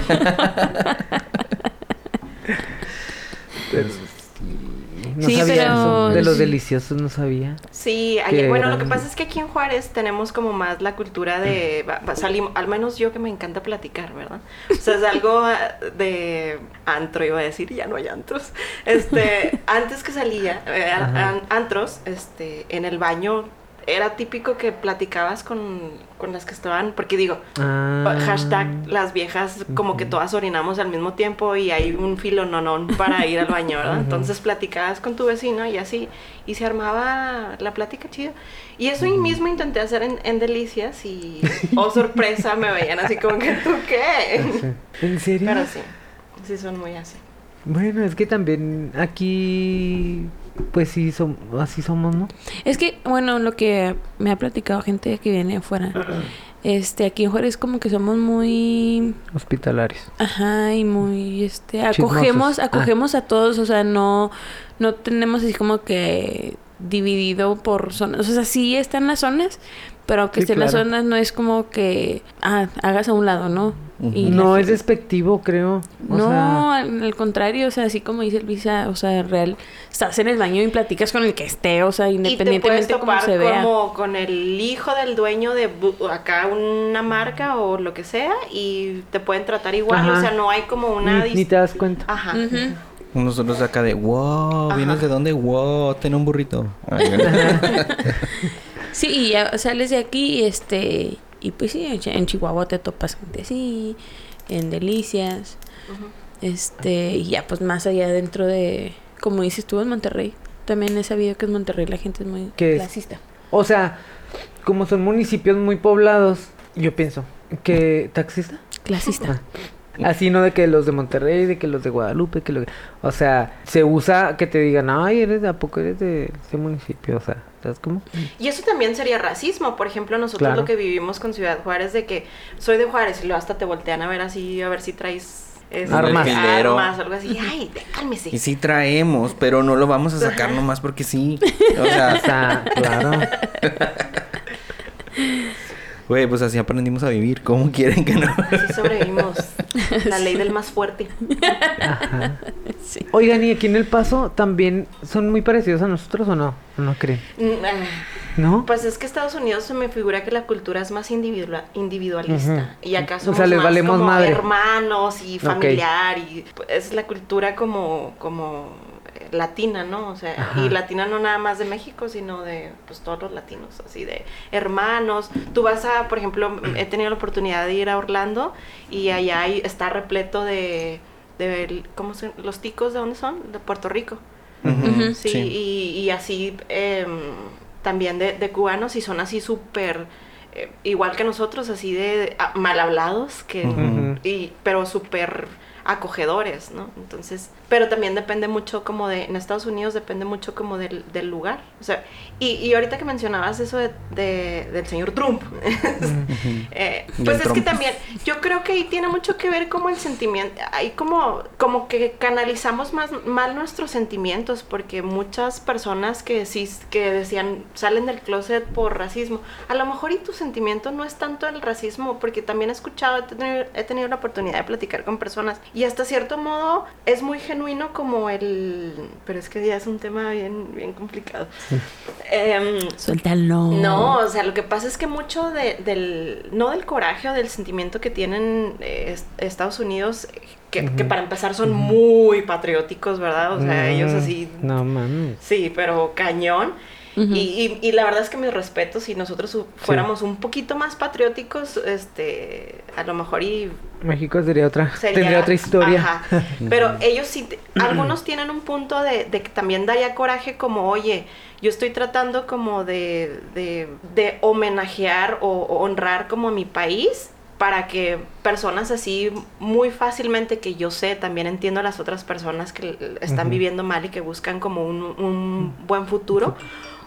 D: No
C: Sí,
D: sabía
C: pero-
D: eso. De los
C: sí.
D: deliciosos no sabía.
A: Sí, ayer-
D: Que
A: bueno, lo
D: eran-
A: que pasa es que aquí en Juárez tenemos como más la cultura
D: Mm.
A: de, va- va- salim- al menos yo que me encanta platicar, ¿verdad? O sea, es algo ah, de antro, iba a decir, ya no hay antros.
D: (laughs)
A: Este, antes que salía, eh, a-
D: Ajá.
A: an- antros, este, en el baño era típico que platicabas con, con las que estaban, porque digo,
D: Ah.
A: hashtag las viejas como que todas orinamos al mismo tiempo y hay un filononón para ir al baño, ¿verdad? Entonces platicabas con tu vecino y así, y se armaba la plática chida. Y eso mismo intenté hacer en, en Delicias y, oh sorpresa, me veían así como que tú qué.
D: ¿En serio?
A: Pero sí, sí son muy así.
D: Bueno, es que también aquí, pues sí, som- así somos, ¿no?
C: Es que, bueno, lo que me ha platicado gente que viene de fuera. Este, aquí en Juárez como que somos muy,
D: Hospitalarios.
C: ajá, y muy, este, acogemos,
D: Chismosos. Ah.
C: acogemos a todos, o sea, no, no tenemos así como que dividido por zonas, o sea, sí están las zonas, pero que
D: Sí,
C: estén las
D: claro.
C: zonas no es como que, ah, hagas a un lado, ¿no? Y la
D: No,
C: gente-
D: es despectivo, creo. O
C: no,
D: sea,
C: al al contrario, o sea, así como dice Luisa, o sea, real, estás en el baño y platicas con el que esté, o sea,
A: Y te puedes
C: independientemente cómo
A: topar
C: se vea.
A: como con el hijo del dueño de bu- acá una marca o lo que sea y te pueden tratar igual,
D: Ajá.
A: o sea, no hay como una...
D: ni, ni
A: dis-
D: te das cuenta.
A: Ajá.
C: Ujú.
B: Nosotros acá de, wow, ¿vienes de dónde? Wow, ten un burrito. Ay,
A: (laughs)
C: Sí, y ya sales de aquí, y este, y pues sí, en Chi- en Chihuahua te topas gente así, en Delicias, este, y ya pues más allá dentro de, como dices tú, en Monterrey. También he sabido que en Monterrey la gente es muy
D: ¿Qué es?
C: clasista.
D: O sea, como son municipios muy poblados, yo pienso que taxista. (laughs)
A: Ah.
D: Ah.
C: Clasista.
D: Así no de que los de Monterrey, de que los de Guadalupe, que lo O sea, se usa que te digan, ay, eres de, ¿a poco eres de ese municipio? O sea, ¿sabes cómo?
A: Y eso también sería racismo. Por ejemplo, nosotros
D: Claro.
A: lo que vivimos con Ciudad Juárez, de que soy de Juárez y luego hasta te voltean a ver así, a ver si traes este,
D: Armas.
B: Alfilero.
A: armas, algo así. Ay, cálmese.
B: Y sí traemos, pero no lo vamos a sacar nomás porque sí. O
A: (laughs)
D: O
B: sea,
D: sea, claro.
B: güey, pues así aprendimos a vivir. ¿Cómo quieren que no?
A: Así sobrevivimos. La ley del más fuerte.
D: Ajá.
C: Sí.
D: Oigan, y aquí en El Paso también son muy parecidos a nosotros o no? ¿No creen?
A: Mm, ah,
D: ¿No?
A: Pues es que Estados Unidos se me figura que la cultura es más individua- individualista.
D: Ujú.
A: Y acá
D: O
A: somos
D: sea, les
A: más
D: valemos
A: como
D: madre.
A: hermanos y familiar. Y pues, es la cultura como, como eh, latina, ¿no? O sea,
D: Ajá.
A: y latina no nada más de México, sino de pues todos los latinos, así de hermanos. Tú vas a, por
D: (clears throat)
A: ejemplo, he tenido la oportunidad de ir a Orlando y allá hay- está repleto de, de ¿cómo son? ¿Los ticos de dónde son? De Puerto Rico.
B: Ujú,
A: Sí, Y, y así em, también de, de cubanos y son así súper, eh, igual que nosotros, así de ah, mal hablados, que,
B: Ujú.
A: y, pero súper acogedores, ¿no? Entonces, pero también depende mucho como de, en Estados Unidos depende mucho como del, del lugar. O sea, y, y ahorita que mencionabas eso de, de- del señor Trump, eh,
B: Del
A: pues es que
B: Trump.
A: también, yo creo que ahí tiene mucho que ver como el sentimiento, ahí como, como que canalizamos más, mal nuestros sentimientos, porque muchas personas que sí, que decían, salen del closet por racismo, a lo mejor y tu sentimiento no es tanto el racismo, porque también he escuchado, he tenido, he tenido la oportunidad de platicar con personas, y hasta cierto modo es muy genuino como el, pero es que ya es un tema bien, bien complicado. Em,
C: Suéltalo.
A: no, o sea, lo que pasa es que mucho de- del, no del coraje o del sentimiento que tienen eh, est- Estados Unidos, eh, que, que para empezar son muy patrióticos, ¿verdad? O sea,
D: Mm,
A: ellos así,
D: No mames.
A: sí, pero cañón.
C: Ujú.
A: Y, y- y la verdad es que mis respetos, si nosotros su- fuéramos un poquito más patrióticos, este, a lo mejor y
D: México sería otra.
A: sería-
D: Tendría otra historia. (laughs)
A: Ajá. Pero ellos sí, te- algunos tienen un punto de, de que también daría coraje como, oye, yo estoy tratando como de, de, de homenajear o, o honrar como a mi país para que personas así muy fácilmente que yo sé, también entiendo a las otras personas que l- están
D: Ujú.
A: viviendo mal y que buscan como un, un buen futuro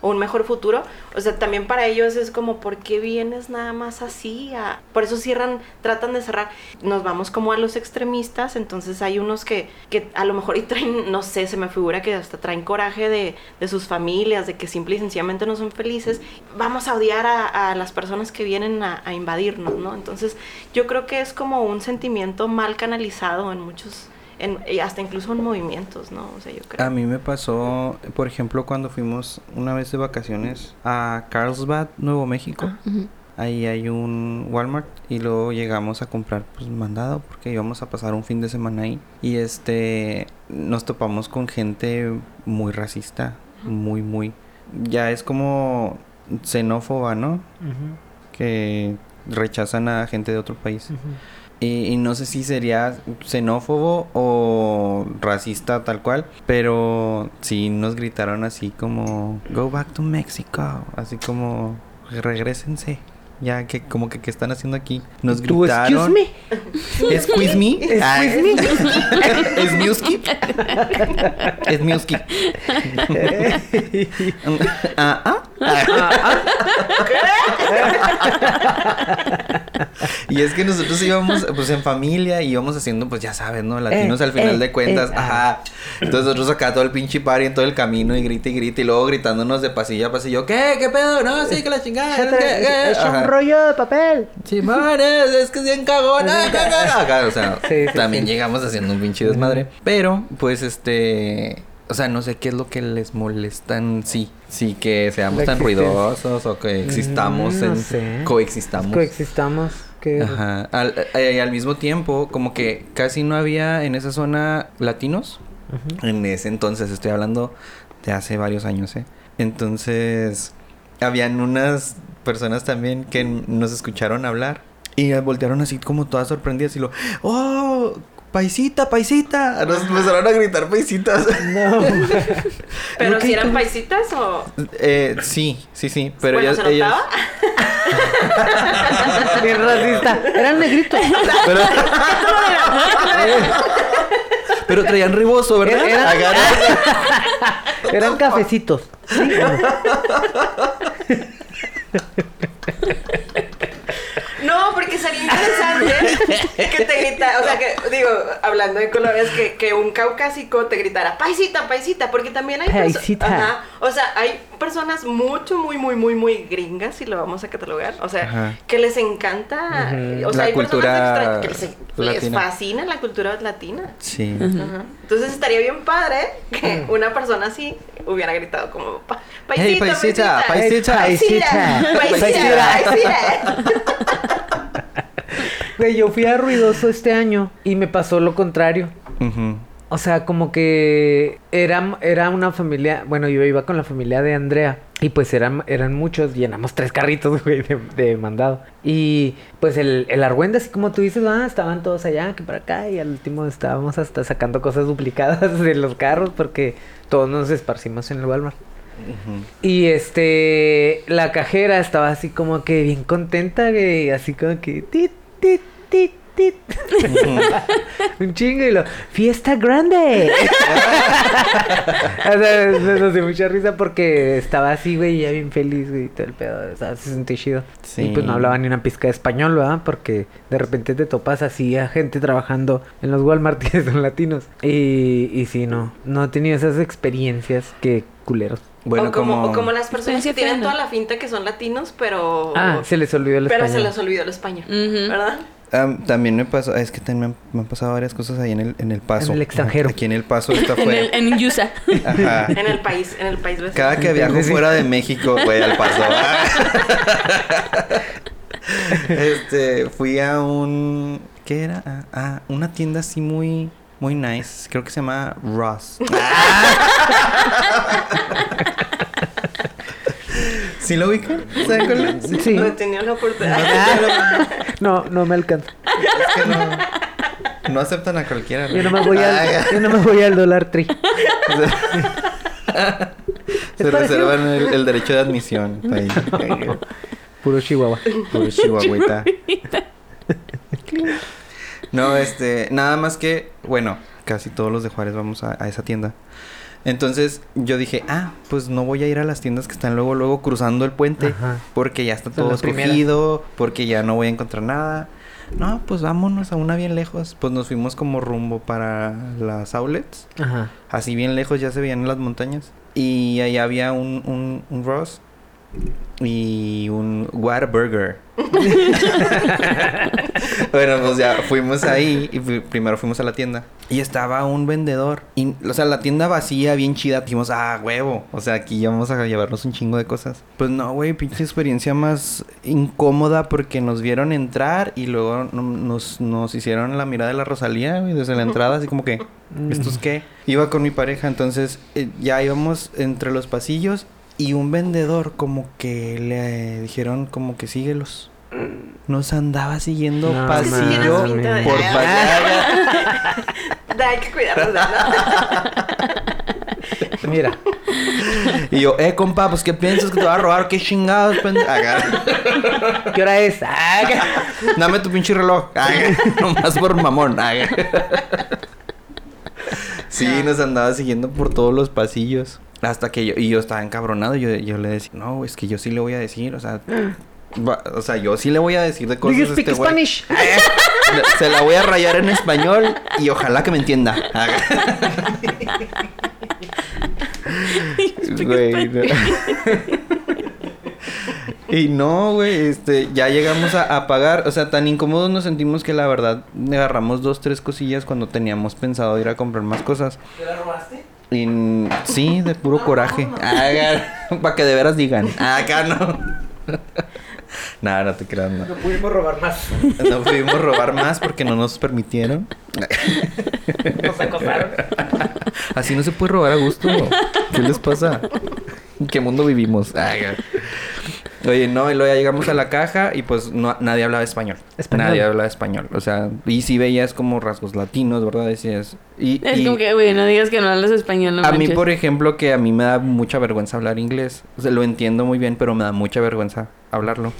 A: o un mejor futuro. O sea, también para ellos es como, ¿por qué vienes nada más así? a-?" Por eso cierran, tratan de cerrar. Nos vamos como a los extremistas, entonces hay unos que, que a lo mejor y traen, no sé, se me figura que hasta traen coraje de, de sus familias, de que simple y sencillamente no son felices. Vamos a odiar a, a las personas que vienen a, a invadirnos, ¿no? Entonces yo creo que es como un sentimiento mal canalizado en muchos... En, y hasta incluso en movimientos, ¿no? O sea, yo creo.
B: A mí me pasó, por ejemplo, cuando fuimos una vez de vacaciones a Carlsbad, Nuevo México.
C: Ujú.
B: Ahí hay un Walmart y luego llegamos a comprar pues mandado porque íbamos a pasar un fin de semana ahí y este nos topamos con gente muy racista, muy muy ya es como xenófoba, ¿no? Que rechazan a gente de otro país. Y, y no sé si sería xenófobo o racista tal cual, pero sí nos gritaron así como, go back to Mexico, así como, regresense. Ya que como que qué están haciendo aquí. Nos
D: Tú, excuse
B: gritaron.
D: me.
B: Excuse me. Ah, Es music. (laughs) Es
D: (laughs)
B: music. Ah, ah. (laughs) Y es que nosotros íbamos pues en familia y íbamos haciendo pues ya sabes, ¿no? Latinos
D: Eh,
B: al final
D: eh,
B: de cuentas,
D: eh,
B: ajá. Entonces nosotros acá todo el pinche party en todo el camino y grita y grita y luego gritándonos de pasillo a pasillo, ¿qué? ¿Qué pedo? No, sí, Ah, que la chingada. ¿no? ¿Qué? ¿Qué?"
D: Es un
B: Ajá.
D: rollo de papel.
B: Chimares, es que es bien cagón. ah, cagada. Acá, o sea,
D: Sí, sí,
B: también
D: sí.
B: llegamos haciendo un pinche desmadre. Pero, pues, este. O sea, no sé qué es lo que les molesta en sí. Sí, que seamos
D: La
B: tan
D: existencia.
B: ruidosos o que existamos
D: Mm, no
B: en.
D: sé.
B: Coexistamos.
D: Coexistamos. Que... (laughs)
B: Ajá. Al, eh, al mismo tiempo, como que casi no había en esa zona latinos. En ese entonces, estoy hablando de hace varios años, ¿eh? Entonces, habían unas personas también que n- nos escucharon hablar y voltearon así como todas sorprendidas y lo, ¡oh! ¡Paisita, paisita! Nos empezaron a gritar paisitas.
D: No.
A: Pero
B: Ok,
A: si eran
B: ¿cómo?
A: paisitas o.
B: Eh, sí, sí, sí. Pero
A: bueno,
B: ellas,
A: se notaba. (laughs)
B: ellas-
D: Bien racista. Eran negritos.
B: Pero, (laughs) Eh, pero traían riboso, ¿verdad?
D: Era-
B: Agarra-
D: Eran cafecitos.
A: No, porque sería interesante que te grita, o sea, que digo, hablando de colores, que, que un caucásico te gritara paisita, paisita, porque también hay perso-
D: Paisita.
A: Ajá. o sea, hay personas mucho, muy, muy, muy, muy gringas, si lo vamos a catalogar, o sea,
B: Ajá.
A: que les encanta,
B: Ujú.
A: o sea,
B: La
A: hay
B: cultura
A: personas extra- que les, les
B: latina.
A: fascina la cultura latina.
B: Sí.
A: Ajá. Entonces estaría bien padre que una persona así hubiera gritado como "Pa-
B: Hey,
A: paisita,
B: paisita,
A: paisita,
B: paisita,
A: paisita, paisita,
D: Paisita.
A: paisita".
D: Güey, yo fui a ruidoso este año y me pasó lo contrario.
B: Ujú.
D: O sea, como que era, era una familia, bueno, yo iba con la familia de Andrea y pues eran, eran muchos, llenamos tres carritos, (laughs) güey, de, de mandado. Y pues el, el argüende, así como tú dices, ah, estaban todos allá, que para acá, y al último estábamos hasta sacando cosas duplicadas (laughs) de los carros porque todos nos esparcimos en el Walmart. Y este, la cajera estaba así como que bien contenta, güey, así como que tit, tit, tit, tit. Un chingo y lo, fiesta grande. (laughs) o sea, nos nos dio mucha risa porque estaba así, güey, ya bien feliz, güey, y todo el pedo, o sea, se sentía chido.
B: Sí.
D: Y pues no hablaba ni una pizca de español, ¿verdad? Porque de repente te topas así a gente trabajando en los Walmart (laughs) que son latinos. Y, y sí, no, no he tenido esas experiencias que culeros.
B: Bueno,
A: o como,
B: como,
A: o como las personas
C: Experiencia
A: que tienen
C: plena.
A: toda la finta que son latinos, pero.
D: Ah, se les olvidó el
A: Oh. pero se
D: español.
A: les olvidó el español.
C: Ujú.
A: ¿Verdad?
B: Am, Ah, también me pasó, es que también me han, me han pasado varias cosas ahí en el, en el paso.
D: En el extranjero.
B: Aquí en el paso,
A: (laughs)
B: esta
C: En, el,
B: fue.
C: en
D: (laughs)
C: Yusa.
B: Ajá.
A: En el país, en el país vecino.
B: Cada que viajo
D: Entonces, sí.
B: fuera de México, güey, al
D: (laughs)
B: paso. (laughs) este, fui a un. ¿Qué era? Ah, ah, una tienda así muy. Muy nice. Creo que se llama
D: (laughs)
B: Ross. (laughs) ¿Sí lo ubican? ¿Saben cuál es?
D: Sí.
A: No he tenido la (laughs) oportunidad.
D: Ah, No, no me alcanza.
B: Es que no. No aceptan a cualquiera.
D: Yo no me voy (laughs)
B: Ay,
D: al, yo no me voy al dólar tree.
B: Se reservan el, el derecho de admisión. Ahí.
D: Puro Chihuahua. (laughs)
B: Puro chihuahuita. No, este, nada más que, bueno, casi todos los de Juárez vamos a, a esa tienda. Entonces yo dije, ah, pues no voy a ir a las tiendas que están luego, luego cruzando el puente,
D: Ajá.
B: porque ya está
D: Son
B: todo
D: las primeras.
B: escogido, porque ya no voy a encontrar nada. No, pues vámonos a una bien lejos. Pues nos fuimos como rumbo para las outlets.
D: Ajá.
B: Así bien lejos ya se veían las montañas. Y ahí había un, un, un Ross y un Whataburger. bueno, pues ya fuimos ahí y fu- primero fuimos a la tienda. Y estaba un vendedor. Y, o sea, la tienda vacía, bien chida. Dijimos, ah, huevo. O sea, aquí ya vamos a llevarnos un chingo de cosas. Pues no, güey, pinche experiencia más incómoda porque nos vieron entrar y luego no- nos, nos hicieron la mirada de la Rosalía, güey, desde la entrada, así como que, Mm. ¿estos qué? Iba con mi pareja, entonces eh, ya íbamos entre los pasillos Y un vendedor como que le dijeron como que síguelos. Nos andaba siguiendo
D: No
A: Es que sí tienes
B: pasillo
A: pinta de-
B: por pasillo.
A: Da, (laughs) hay que cuidarnos, ¿no? (laughs)
D: Mira,
B: Y yo, eh, compa, pues ¿qué piensas que te va a robar? ¿Qué chingados, pendejo? Acá.
D: ¿qué hora es? Ah, ca-
B: (laughs) Dame tu pinche reloj. Acá. (laughs) Nomás por mamón. Acá. Sí, nos andaba siguiendo por todos los pasillos. Hasta que yo, y yo estaba encabronado. Yo, yo le decía, no, es que yo sí le voy a decir, o sea... va- o sea, yo sí le voy a decir de
D: ¿Do
B: cosas
D: you
B: a
D: speak
B: este güey.
D: Spanish?
B: Le- (laughs) Se la voy a rayar en español y ojalá que me entienda. (laughs) Güey, no. (laughs) Y no, güey, este, ya llegamos a, a pagar. O sea, tan incómodos nos sentimos que la verdad agarramos dos, tres cosillas cuando teníamos pensado ir a comprar más cosas. ¿Te la robaste? sí, de puro coraje. (laughs) Para que de veras digan. "Ah, Acá no. (laughs) Nada, no te creas, no.
D: No pudimos robar más.
B: No pudimos robar más porque no nos permitieron.
D: Nos acosaron.
B: Así no se puede robar a gusto. ¿Qué les pasa? ¿En qué mundo vivimos? Ay, ay. Oye, no, y luego ya llegamos a la caja y pues no, nadie hablaba español.
D: Español.
B: Nadie hablaba español. O sea, y si veías como rasgos latinos, ¿verdad? Decías. Y,
C: Es
B: y
C: como que, güey, no digas que no hablas español, no
B: a mí,
C: manches.
E: e-
B: por ejemplo, que a mí me da mucha vergüenza hablar inglés. O sea, lo entiendo muy bien, pero me da mucha vergüenza hablarlo.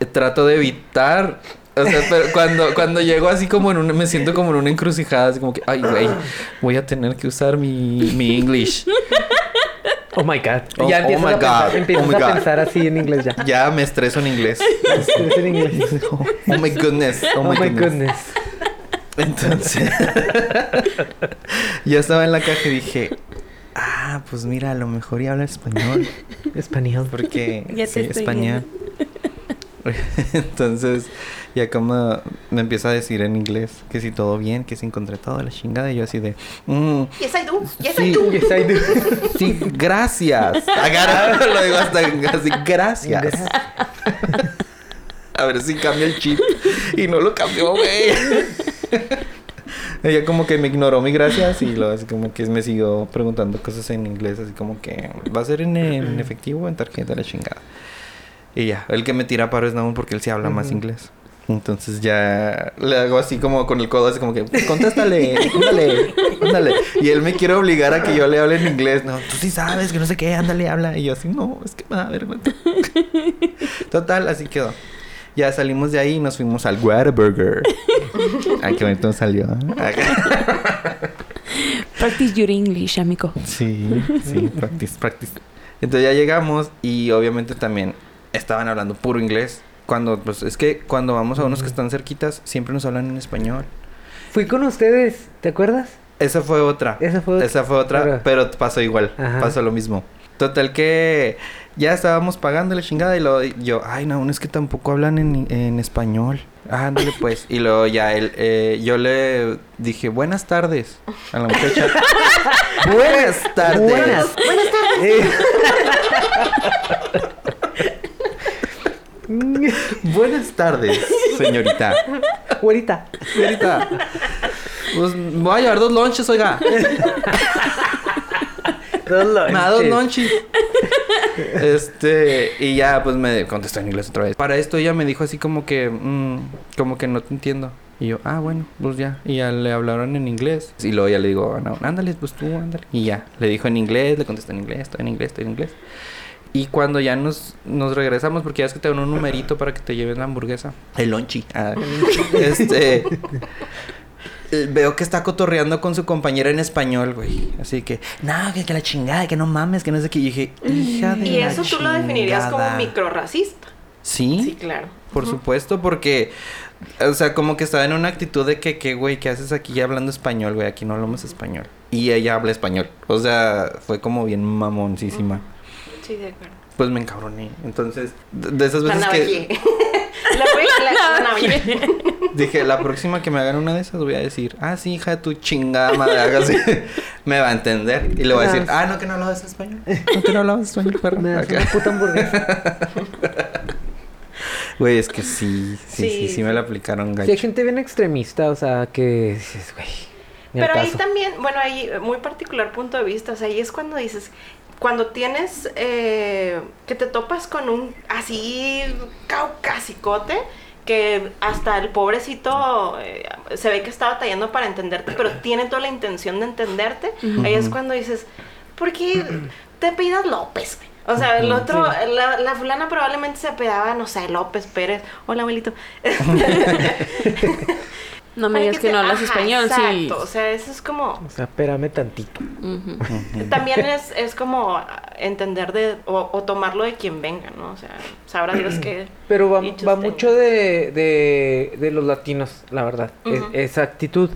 B: Eh, Trato de evitar. O sea, pero cuando, cuando llego así como en una... Me siento como en una encrucijada, así como que... Ay, güey, voy a tener que usar mi, mi English.
D: Oh my god.
B: Oh,
D: ya
B: oh
D: empiezas
B: my
D: a pensar,
B: God.
D: empiezas
B: Oh my
D: a
B: God.
D: pensar así en inglés ya.
B: Ya me estreso en inglés.
D: (laughs) Es en inglés.
B: Oh my goodness. Oh my, goodness. Entonces... (laughs) ya estaba en la caja y dije... Ah, pues mira, a lo mejor ya habla español.
D: Español.
B: Porque
C: (laughs) Ya te
B: sí,
C: estoy
B: España. (laughs) Entonces, ya como me empieza a decir en inglés que si todo bien, que si encontré todo, la chingada, y yo así de. mm,
A: Yes, I do. Yes, I
B: Sí.
A: do.
D: Yes, I do.
B: sí, (laughs) gracias. Agarra, lo digo hasta así, gracias.
D: Gracias.
B: A ver si cambia el chip. Y no lo cambió, güey. Ella como que me ignoró mi gracias y luego así como que me siguió preguntando cosas en inglés, así como que va a ser en, en efectivo o en tarjeta la chingada. Y ya, el que me tira paro es Naum porque él sí habla más
D: Ujú.
B: inglés. Entonces ya le hago así como con el codo, así como que, contéstale, ándale, ándale. Y él me quiere obligar a que yo le hable en inglés. No, tú sí sabes que no sé qué, ándale, habla. Y yo así, no, es que me da vergüenza. Total, así quedó. Ya salimos de ahí y nos fuimos al (laughs) Whataburger. Ay, qué bonito salió. (laughs) ¿eh?
C: Practice your English, amigo.
B: Sí, sí, practice, practice. Entonces ya llegamos y obviamente también estaban hablando puro inglés. Cuando, pues es que cuando vamos a unos que están cerquitas, siempre nos hablan en español.
D: Fui con ustedes, ¿te acuerdas?
B: Esa fue otra.
D: Esa fue otra.
B: Esa fue otra,
D: Pero-
B: pero pasó igual.
D: Ajá.
B: Pasó lo mismo. Total que ya estábamos pagando la chingada y luego yo, ay no, es que tampoco hablan en, en español. Ah, Ándale pues. Y luego ya él, eh, yo le dije, buenas tardes a la muchacha. buenas tardes.
D: Buenas.
A: Buenas tardes.
B: (laughs)
D: Eh. (laughs)
B: Buenas tardes, señorita.
D: Güerita.
B: Señorita. Pues me voy a llevar dos lonches, oiga.
D: Dos
B: Me da dos lonchis. Este, y ya pues me contestó en inglés otra vez. Para esto ella me dijo así como que, mm, como que no te entiendo. Y yo, ah, bueno, pues ya. Y ya le hablaron en inglés. Y luego ya le digo, no, ándale, pues tú, ándale. Y ya, le dijo en inglés, le contestó en inglés, todo en inglés, todo en inglés. Y cuando ya nos, nos regresamos, porque ya es que te dan un numerito para que te lleven la hamburguesa. El lonchi. Ah, (laughs) este. eh, Veo que está cotorreando con su compañera en español, güey. Así que, no, que, que la chingada, que no mames, que no sé qué. Y dije, hija de
A: Y
B: la
A: eso tú lo definirías como
B: chingada".
A: microrracista.
B: Sí,
A: Sí, claro.
B: por supuesto, porque, o sea, como que estaba en una actitud de que, que, güey, ¿qué haces aquí hablando español, güey? Aquí no hablamos español. Y ella habla español. O sea, fue como bien mamoncísima.
A: Sí, de acuerdo.
B: Pues me encabroné. Entonces, de, de esas
A: La
B: veces
A: navajé.
B: que
A: (laughs) La güey,
C: (laughs)
A: la, la navajé.
B: (laughs) dije, la próxima que me hagan una de esas, voy a decir, ah, sí, hija de tu chingada madre, haga así. (laughs) me va a entender. Y le voy a decir, ah, no, que no hablabas español. (laughs) No, que no hablabas (laughs) español, perro.
D: Me das
B: Acá.
D: una puta hamburguesa.
B: Güey, es que sí, sí, sí, sí,
A: Sí,
B: me
A: sí.
B: la aplicaron
D: Sí, hay
B: gacho.
D: gente bien extremista, o sea, que dices, güey. ni al
A: Pero ahí
D: caso.
A: también, bueno, ahí eh, muy particular punto de vista. O sea, ahí es cuando dices, cuando tienes eh, que te topas con un así caucasicote que hasta el pobrecito eh, se ve que está batallando para entenderte,
C: (clears throat)
A: pero tiene toda la intención de entenderte, ahí es cuando dices, ¿por qué te pidas López? güey?" O sea, el otro, eh, la, la fulana probablemente se pedaba, no sé, López Pérez. Hola, abuelito.
C: No me
A: Ay, (laughs)
C: digas que
A: te-
C: no hablas
A: ajá,
C: español, sí.
A: Exacto, o sea, eso es como...
D: O sea, espérame tantito.
C: Ujú.
A: También es, es como entender de, o, o tomarlo de quien venga, ¿no? O sea, sabrá Dios que...
D: Pero va,
A: dichos
D: va
A: tenga.
D: mucho de, de, de los latinos, la verdad. es-
A: Ujú.
D: esa actitud.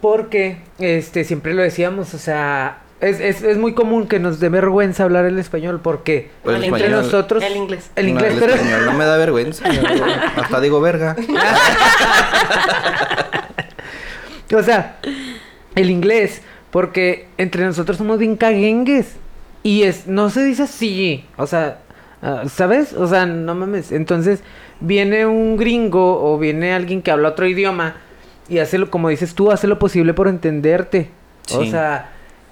D: Porque este, siempre lo decíamos, o sea, es, es, es muy común que nos dé vergüenza hablar el español porque
B: Pues
A: el
D: entre
B: español-
D: nosotros...
A: El inglés.
D: El
B: No,
D: inglés,
B: el
D: pero...
B: español no me da vergüenza.
D: (laughs)
B: Hasta digo verga.
D: O sea, el inglés, porque entre nosotros somos bien caguengues. Y es, no se dice así. O sea, ah, ¿sabes? O sea, no mames. Entonces, viene un gringo o viene alguien que habla otro idioma y hace lo, como dices tú, hace lo posible por entenderte. O
B: Sí.
D: sea,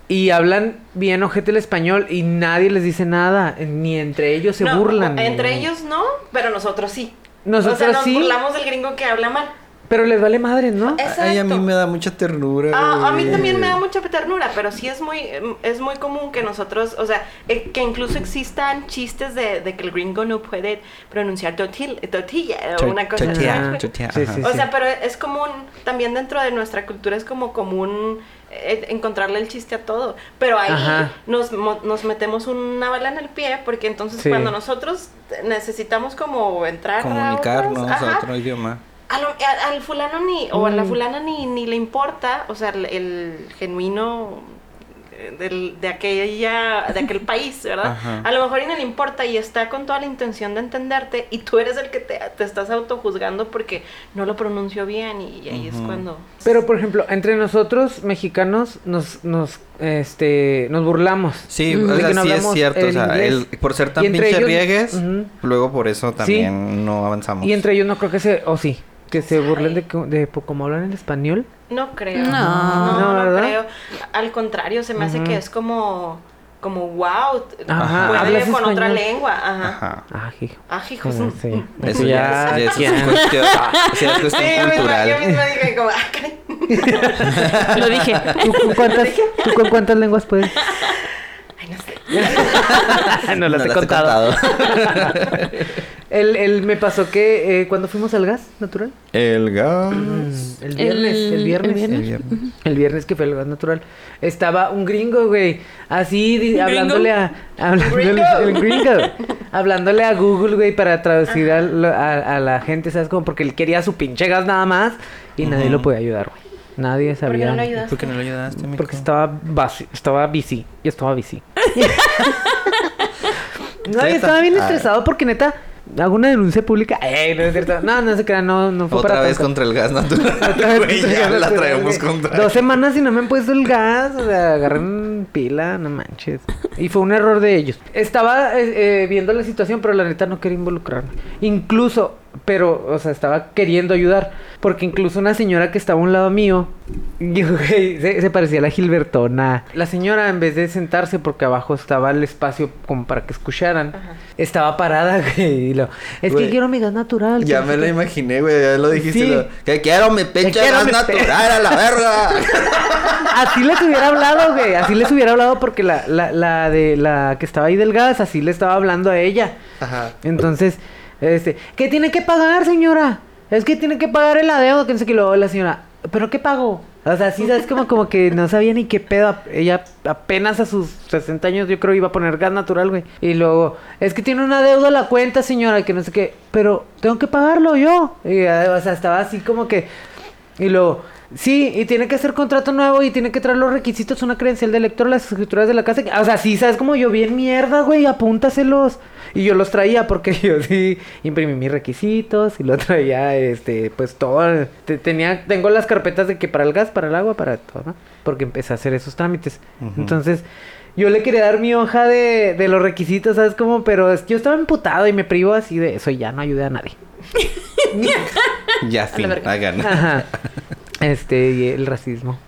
D: y hablan bien ojete el español y nadie les dice nada. Ni entre ellos se
A: No,
D: burlan.
A: Entre ellos no, pero nosotros sí.
D: Nosotros
A: o sea, nos
D: sí.
A: burlamos del gringo que habla mal.
D: Pero les vale madre, ¿no?
A: Exacto.
B: Ay, a mí me da mucha ternura.
A: Ah, a mí
B: güey.
A: también me da mucha ternura, pero sí es muy, em, es muy común que nosotros, o sea, eh, que incluso existan chistes de, de que el gringo no puede pronunciar tortil- tortilla o
B: Cho-
A: una cosa así.
B: chotea,
D: Ah,
B: chotea,
D: sí,
B: ajá.
D: sí,
A: O sea, pero es común, también dentro de nuestra cultura es como común eh, encontrarle el chiste a todo. Pero ahí
D: Ajá.
A: nos, mo- nos metemos una bala en el pie, porque entonces
D: Sí.
A: cuando nosotros necesitamos como entrar a,
B: Comunicarnos
A: otros- ajá,
B: a otro idioma.
A: a lo- a- al fulano ni, o a la
D: Mm.
A: fulana ni, ni le importa, o sea, el, el genuino eh, del- de aquella
D: (laughs)
A: de aquel país, ¿verdad?
B: Ajá.
A: A lo mejor y no le importa y está con toda la intención de entenderte y tú eres el que te, te estás autojuzgando porque no lo pronunció bien y, ahí es
B: Ujú.
A: cuando...
D: Pero por ejemplo, entre nosotros mexicanos nos nos este nos burlamos.
B: Sí,
D: Mm.
B: o
D: De
B: sea,
D: que no
B: sí es
D: hablamos
B: cierto. O
D: el
B: sea,
D: inglés.
B: el- por ser tan
D: Y entre
B: pinche
D: ellos-
B: riegues,
D: Ujú.
B: luego por eso también no avanzamos.
D: Y entre ellos no creo que se o sí, que se burlen de que- de po- como hablan el español.
A: No creo.
C: No.
A: no,
D: No,
A: no
D: ¿verdad?
A: creo. Al contrario, se me hace
D: Ujú.
A: que es como... Como wow,
D: Ajá,
A: puede
D: hablas
A: con otra
D: español.
A: lengua. Ajá.
B: Ajá.
D: Ah, hijo.
A: Ah, hijos.
D: Bueno, sí.
B: Eso ya, ya
D: Pues Ya,
B: eso
D: ya.
B: es cuestión, sí, es cuestión
A: (laughs) Sí, yo misma-
B: cultural.
A: Yo misma dije como, ah, caray.
C: Lo dije.
D: ¿Tú con cuántas tú con cuántas lenguas puedes?
A: Ay, no sé.
D: Ah, no las he
B: las
D: contado.
B: contado.
D: El, el me pasó que eh, cuando fuimos al gas natural,
B: El gas.
D: el viernes, Mm. el,
C: el
D: viernes,
C: viernes.
B: El viernes. (laughs)
D: El viernes que fue el gas natural, estaba un gringo, güey, así di-
C: ¿Un
D: hablándole a hablándole,
A: Gringo.
D: el gringo, hablándole a Google, güey, para traducir al- a, a la gente, ¿sabes? Como porque él quería su pinche gas nada más y nadie lo podía ayudar, güey. Nadie
A: ¿Por qué
D: sabía.
A: no lo ayudaste?
B: ¿Por qué no lo ayudaste, mijo?
D: Porque estaba vaci- estaba bici, y estaba
A: (laughs)
D: bici. no, yo
B: Neta.
D: estaba bien
B: Ah.
D: estresado porque neta hago una denuncia pública. Eh, no es cierto. No, no se crean, no no fue
B: Otra
D: para
B: vez
D: tanto.
B: contra el gas natural.
D: Otra vez
B: Güey,
D: que
B: ya
D: se
B: la
D: gasta,
B: traemos
D: güey.
B: contra.
D: Dos semanas y no me han puesto el gas. O sea, agarran pila, no manches. Y fue un error de ellos. Estaba eh, eh, viendo la situación, pero la neta no quería involucrarme. Incluso, pero, o sea, estaba queriendo ayudar. Porque incluso una señora que estaba a un lado mío, (laughs) y, güey, se, se parecía a la Gilbertona. La señora, en vez de sentarse, porque abajo estaba el espacio como para que escucharan, estaba parada, (laughs) güey. y lo, es
B: Güey.
D: que quiero mi gas natural.
B: Ya
D: que
B: me
D: no
B: lo
D: sé qué".
B: imaginé, güey. Ya lo dijiste.
D: Sí.
B: lo- Que quiero mi pinche
D: quiero
B: gas
D: mi pe-
B: natural a la
D: (laughs)
B: verga.
D: Así les hubiera hablado, güey. Así les hubiera hablado porque la, la, la de la que estaba ahí del gas, así le estaba hablando a ella.
B: Ajá.
D: Entonces, este, ¿qué tiene que pagar, señora? Es que tiene que pagar el adeudo, que no sé qué. Y luego la señora, ¿pero qué pago? O sea, sí, sabes, como, como que no sabía ni qué pedo. Ella apenas a sus 60 años, yo creo, iba a poner gas natural, güey. Y luego, es que tiene una deuda a la cuenta, señora, que no sé qué. Pero tengo que pagarlo yo. Y, eh, o sea, estaba así como que. Y luego, sí, y tiene que hacer contrato nuevo y tiene que traer los requisitos, una credencial de lector, las escrituras de la casa. O sea, sí, ¿sabes? Como yo bien mierda, güey, apúntaselos. Y yo los traía porque (laughs) yo sí imprimí mis requisitos y lo traía, este, pues todo. Te- tenía, tengo las carpetas de que para el gas, para el agua, para todo, ¿no? Porque empecé a hacer esos trámites. Entonces, yo le quería dar mi hoja de, de los requisitos, ¿sabes? Como, pero es que yo estaba emputado y me privo así de eso y ya no ayudé a nadie.
B: Ya
A: (laughs)
B: fin,
A: verga.
B: hagan.
D: Ajá. Este, y el racismo.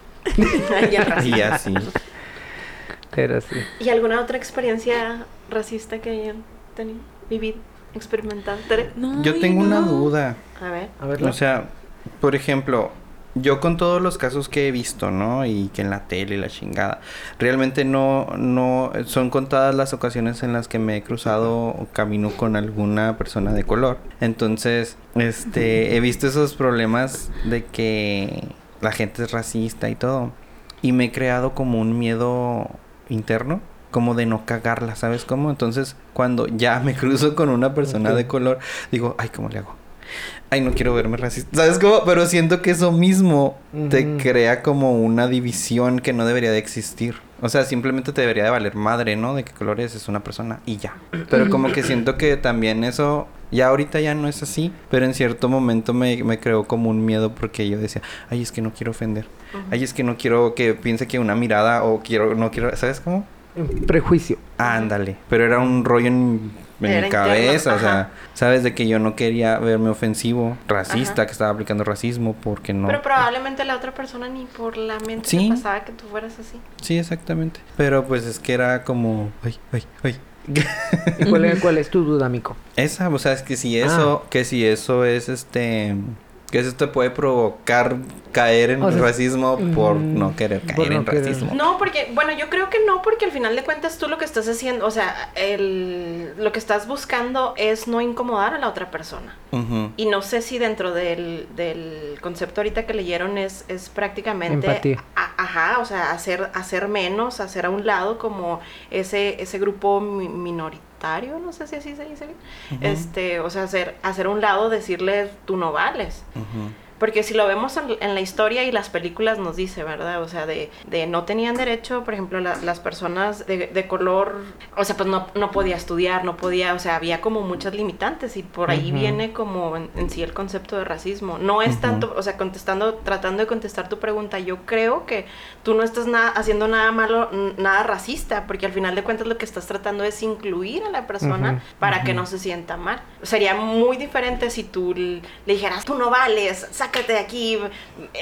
A: Ay, ya,
B: Y ya sí.
D: Pero sí.
A: ¿Y alguna otra experiencia racista que hayan tenido, vivido, experimentado? Tere?
C: No,
E: Yo tengo una duda.
A: A ver.
D: A ver,
E: O sea, por ejemplo, yo con todos los casos que he visto, ¿no? Y que en la tele, la chingada, realmente no, no, son contadas las ocasiones en las que me he cruzado o camino con alguna persona de color. Entonces, este, he visto esos problemas de que la gente es racista y todo. Y me he creado como un miedo interno. Como de no cagarla, ¿sabes cómo? Entonces, cuando ya (laughs) me cruzo con una persona
D: Ok.
E: de color, digo, ay, ¿cómo le hago? Ay, no quiero verme racista. ¿Sabes cómo? Pero siento que eso mismo te
D: Ujú.
E: crea como una división que no debería de existir. O sea, simplemente te debería de valer madre, ¿no? De qué colores es una persona y ya. Pero como que siento que también eso, ya ahorita ya no es así, pero en cierto momento me, me creó como un miedo porque yo decía, ay, es que no quiero ofender. Ay, es que no quiero que piense que una mirada o quiero, no quiero, ¿sabes cómo?
D: un prejuicio.
E: Ándale. Pero era un rollo en, en
A: Era
E: mi
A: interno,
E: cabeza, o
A: ajá.
E: sea, sabes de que yo no quería verme ofensivo, racista, que estaba aplicando racismo, porque no.
A: Pero probablemente la otra persona ni por la mente
E: Sí.
A: se pasaba que tú fueras así.
E: Sí, exactamente. Pero pues es que era como, ay, ay, ay.
D: ¿Y cuál, es- cuál es tu duda, amigo?
E: Esa, o sea, es que si eso, que si eso es este, que eso te puede provocar caer en
D: O sea,
E: racismo por
D: mm,
E: no querer
D: por
E: caer
D: no
E: en
D: querer.
E: racismo.
A: No, porque, bueno, yo creo que no, porque al final de cuentas tú lo que estás haciendo, o sea, el, lo que estás buscando es no incomodar a la otra persona.
E: Ujú.
A: Y no sé si dentro del, del concepto ahorita que leyeron es, es prácticamente...
D: Empatía.
A: a- ajá, o sea, hacer, hacer menos, hacer a un lado como ese, ese grupo mi- minoritario, no sé si así se dice bien.
E: Ujú.
A: Este, o sea, hacer, hacer a un lado, decirle tú no vales.
E: Ujú.
A: Porque si lo vemos en, en la historia y las películas nos dice, ¿verdad? O sea, de, de no tenían derecho, por ejemplo, la- las personas de, de color, o sea, pues no, no podía estudiar, no podía, o sea, había como muchas limitantes y por ahí
D: Ujú.
A: viene como en, en sí el concepto de racismo. No es
E: Ujú.
A: tanto, o sea, contestando, tratando de contestar tu pregunta, yo creo que tú no estás nada, haciendo nada malo, n- nada racista, porque al final de cuentas lo que estás tratando es incluir a la persona
D: Ujú.
A: para que no se sienta mal. Sería muy diferente si tú l- le dijeras, tú no vales, sácate de aquí,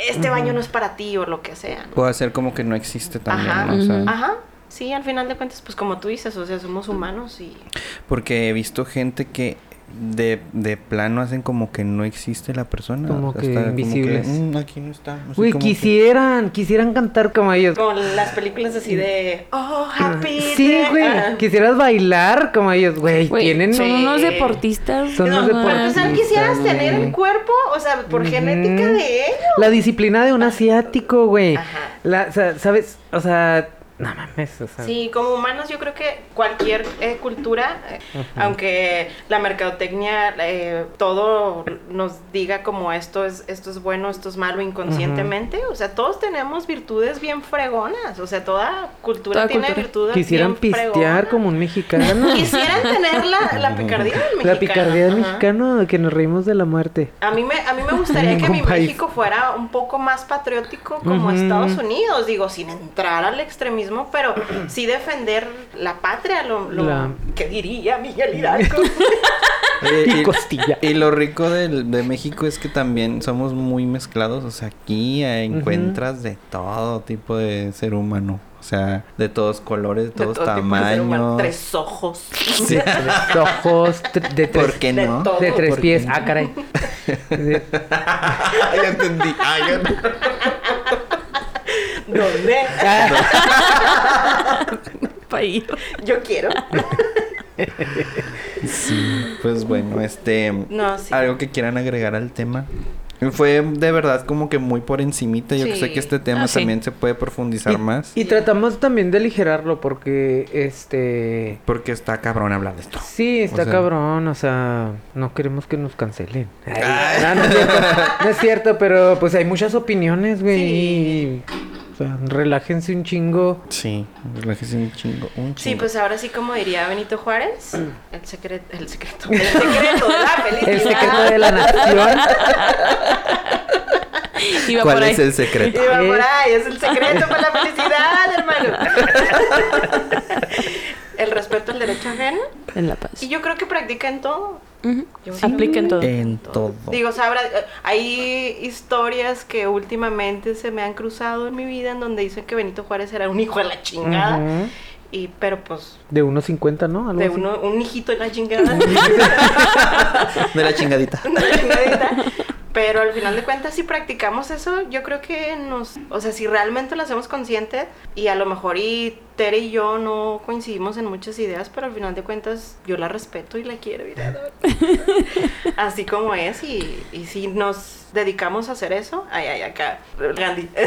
A: este baño no es para ti o lo que sea. ¿no?
E: O hacer como que no existe también,
A: Ajá.
E: ¿no? O sea,
C: Ujú.
A: Ajá, sí, al final de cuentas, pues como tú dices, o sea, somos humanos y...
E: Porque he visto gente que de, de plano hacen como que no existe la persona.
D: Como que invisibles.
E: "Mm, aquí no está. así
D: Uy,
E: como que-
D: quisieran, quisieran cantar como ellos.
A: Como las películas así de, oh, happy.
D: Sí,
A: day". Ah.
D: güey. Quisieras bailar como ellos, güey.
C: Güey,
D: Tienen.
C: Son
A: Sí.
C: unos deportistas.
D: Son
A: No,
D: unos
A: para empezar,
D: deportistas,
A: quisieras tener
D: güey.
A: el cuerpo, o sea, por
D: Ujú.
A: genética de ellos.
D: La disciplina de un asiático, güey.
A: Ajá.
D: La, o sea, ¿sabes? O sea, no mames, o sea.
A: Sí, como humanos yo creo que cualquier eh, cultura, eh, aunque la mercadotecnia eh, todo nos diga como esto es esto es bueno, esto es malo inconscientemente, o sea, todos tenemos virtudes bien fregonas, o sea, toda cultura
C: Toda
A: tiene
C: cultura.
A: virtudes
D: Quisieran
A: bien
D: pistear
A: fregonas.
D: como un mexicano.
A: Quisieran tener la, la picardía del mexicano.
D: La picardía del
A: ajá.
D: mexicano de que nos reímos de la muerte.
A: A mí, me, a mí
D: (laughs)
A: me gustaría que
D: Ningún
A: mi
D: país.
A: México fuera un poco más patriótico como
D: Ujú.
A: Estados Unidos, digo, sin entrar al extremismo, pero (clears throat) sí defender la patria, lo, lo
D: La-
A: que diría
D: (laughs)
A: Miguel Hidalgo.
E: Oye,
D: Y costilla.
E: Eh, Y lo rico del- de, México es que también somos muy mezclados. O sea, aquí eh, encuentras de todo tipo de ser humano. O sea, de todos colores, de
A: De
E: todos
A: todo tipo de ser humano,
E: tamaños.
A: tres ojos.
E: Sí.
D: Tres ojos, tr- de tres,
E: ¿Por qué
A: de
E: no?
A: todo.
D: de tres
E: ¿Por
D: pies.
E: qué no?
D: Ah, caray. De-
E: (laughs) Ah, ya entendí. Ah, ya entendí.
A: ¿Dónde?
D: (laughs)
A: (laughs)
C: país.
A: Yo quiero.
E: Pues bueno, este...
A: No, sí.
E: Algo que quieran agregar al tema. Fue de verdad como que muy por encimita. Yo que sé
A: Sí.
E: que este tema
C: Ah, sí.
E: también se puede profundizar
D: y,
E: más.
D: y tratamos también de aligerarlo porque este.
E: Porque está cabrón hablar de esto.
D: Sí, está
E: O sea-
D: cabrón, o sea, no queremos que nos cancelen. Ay, no, no es cierto, no es cierto, pero pues hay muchas opiniones, güey.
A: Sí.
D: y, O sea, relájense un chingo.
E: Sí, relájese un chingo, un chingo.
A: Sí, pues ahora sí, como diría Benito Juárez, el secreto,
D: (laughs)
A: el secreto, el secreto de la felicidad.
D: El secreto de
A: (laughs)
D: la nación.
C: Iba
E: ¿Cuál
C: por ahí.
E: es el secreto?
A: Y va por ahí, es el secreto para la felicidad, hermano. (laughs) El respeto al derecho ajeno.
C: En La Paz.
A: Y yo creo que practica en todo.
C: Ujú.
A: Yo sí.
C: Aplica en todo.
E: En todo.
A: Digo, sabrá, eh, hay historias que últimamente se me han cruzado en mi vida en donde dicen que Benito Juárez era un hijo de la chingada.
D: Ujú.
A: Y, pero pues,
D: De 1.50, ¿no? Algo
A: de
D: así.
A: uno, un hijito de la
D: (laughs)
A: chingada.
E: De la
A: (laughs)
E: chingadita.
A: una chingadita. Pero al final de cuentas, si practicamos eso, yo creo que nos. O sea, si realmente lo hacemos consciente, y a lo mejor y Tere y yo no coincidimos en muchas ideas, pero al final de cuentas, yo la respeto y la quiero.
C: (laughs)
A: y la- Así como es, y, y si nos dedicamos a hacer eso, ay, ay, acá, Gandhi. (laughs)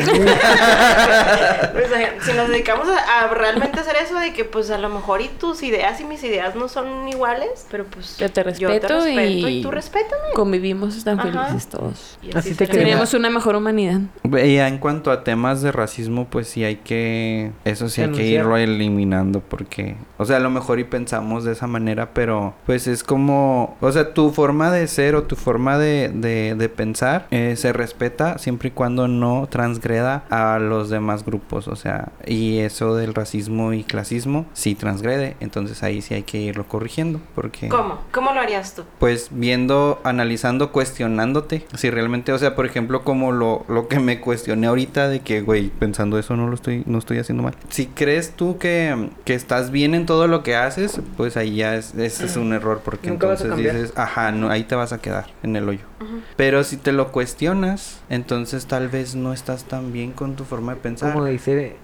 A: O sea, si nos dedicamos a, a realmente hacer eso, de que pues a lo mejor y tus ideas y mis ideas no son iguales, pero pues
C: Yo te
A: yo te
C: respeto
A: respeto
C: y-
A: y tú respétame.
C: Convivimos tan
A: Ajá.
C: felices todos.
A: Y
D: Así te
A: estaremos.
D: queremos.
C: Tenemos una mejor humanidad.
E: Ya en cuanto a temas de racismo, pues sí hay que... Eso sí hay que
D: Denunciar.
E: irlo eliminando porque... O sea, a lo mejor y pensamos de esa manera, pero pues es como... O sea, tu forma de ser o tu forma de, de- de pensar eh, se respeta siempre y cuando no transgreda a los demás grupos. O sea, y eso del racismo y clasismo sí transgrede. Entonces ahí sí hay que irlo corrigiendo porque...
A: ¿Cómo? ¿Cómo lo harías tú?
E: pues viendo, analizando, cuestionándote. Si realmente, o sea, por ejemplo, como lo, lo que me cuestioné ahorita de que, güey, pensando eso no lo estoy, no estoy haciendo mal. Si crees tú que, que estás bien en todo lo que haces, pues ahí ya es, ese es un error porque
D: Nunca vas a
E: entonces
D: cambiar.
E: dices, ajá, no, ahí te vas a quedar en el hoyo.
A: Ujú.
E: Pero si te lo cuestionas, entonces tal vez no estás tan bien con tu forma de pensar.
D: Como dice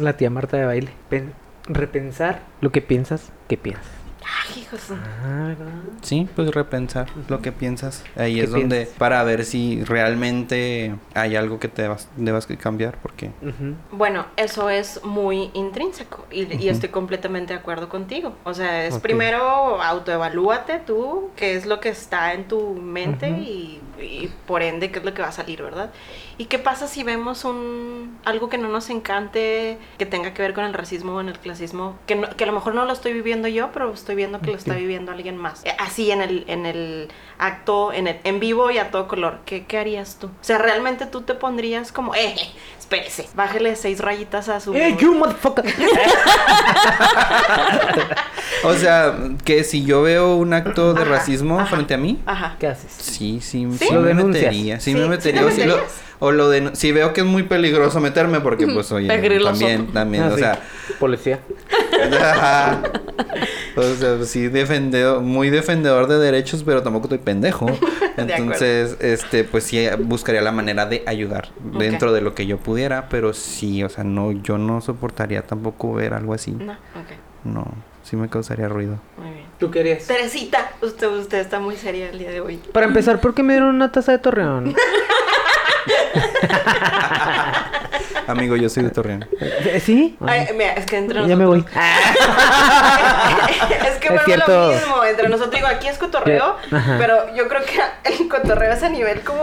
D: la tía Marta de baile. pen- repensar lo que piensas, que piensas.
A: Ay, hijos.
D: Ah, ¿verdad?
E: Sí, pues repensar lo que piensas. Ahí
D: ¿Qué
E: es donde,
D: piensas?
E: para ver si realmente hay algo que te vas, debas que cambiar, porque
D: Ujú.
A: Bueno, eso es muy intrínseco y, y
E: Ujú.
A: estoy completamente de acuerdo contigo. O sea, es
D: Ok.
A: primero autoevalúate tú, qué es lo que está en tu mente
D: Ujú.
A: y, y por ende qué es lo que va a salir, ¿verdad? ¿Y qué pasa si vemos un algo que no nos encante, que tenga que ver con el racismo o en el clasismo, que, no- que a lo mejor no lo estoy viviendo yo, pero estoy viendo que lo está viviendo alguien más? Eh, Así en el, en el acto, en, el, en vivo y a todo color. ¿Qué, qué harías tú? O sea, realmente tú te pondrías como, eh, eh, espérese, bájele seis rayitas a su...
D: ¡Ey, you
A: (laughs)
D: motherfucker!
E: O sea, que si yo veo un acto de
A: Ajá,
E: racismo
A: ajá.
E: frente a mí,
A: Ajá.
D: ¿Qué haces?
E: sí, sí,
A: ¿Sí?
E: sí,
D: Lo
E: me
D: denuncias.
E: metería. Sí,
A: Sí,
E: me
A: ¿sí
E: metería.
A: te
E: o si, lo-
A: meterías?
E: o lo denu- si veo que es muy peligroso meterme, porque pues oye,
C: Peligroso.
E: también, también,
D: Ah,
E: o
D: sí.
E: sea, (laughs)
D: Policía.
E: ajá. o sea, pues, sí, defendedor, muy defendedor de derechos, pero tampoco estoy
A: (laughs)
E: pendejo.
A: acuerdo.
E: Entonces, este, pues sí, buscaría la manera de ayudar
A: Ok.
E: dentro de lo que yo pudiera, pero sí, o sea, no, yo no soportaría tampoco ver algo así.
A: No, ok,
E: No, sí me causaría ruido.
A: muy bien.
D: ¿Tú querías?
A: Teresita, usted, usted está muy seria el día de hoy.
D: Para empezar, ¿por qué me dieron una taza de
E: (laughs)
D: torreón?
E: Amigo, yo soy de Torreón.
D: Eh, ¿Sí?
A: Ay, mira, es que entre
D: ya me
A: nosotros-
D: voy.
E: (laughs)
D: (laughs)
A: (laughs) es que
D: Es
A: vuelve
D: cierto.
A: lo mismo. Entre nosotros, digo, aquí es cotorreo,
D: Ya, ajá.
A: pero yo creo que el cotorreo es a nivel como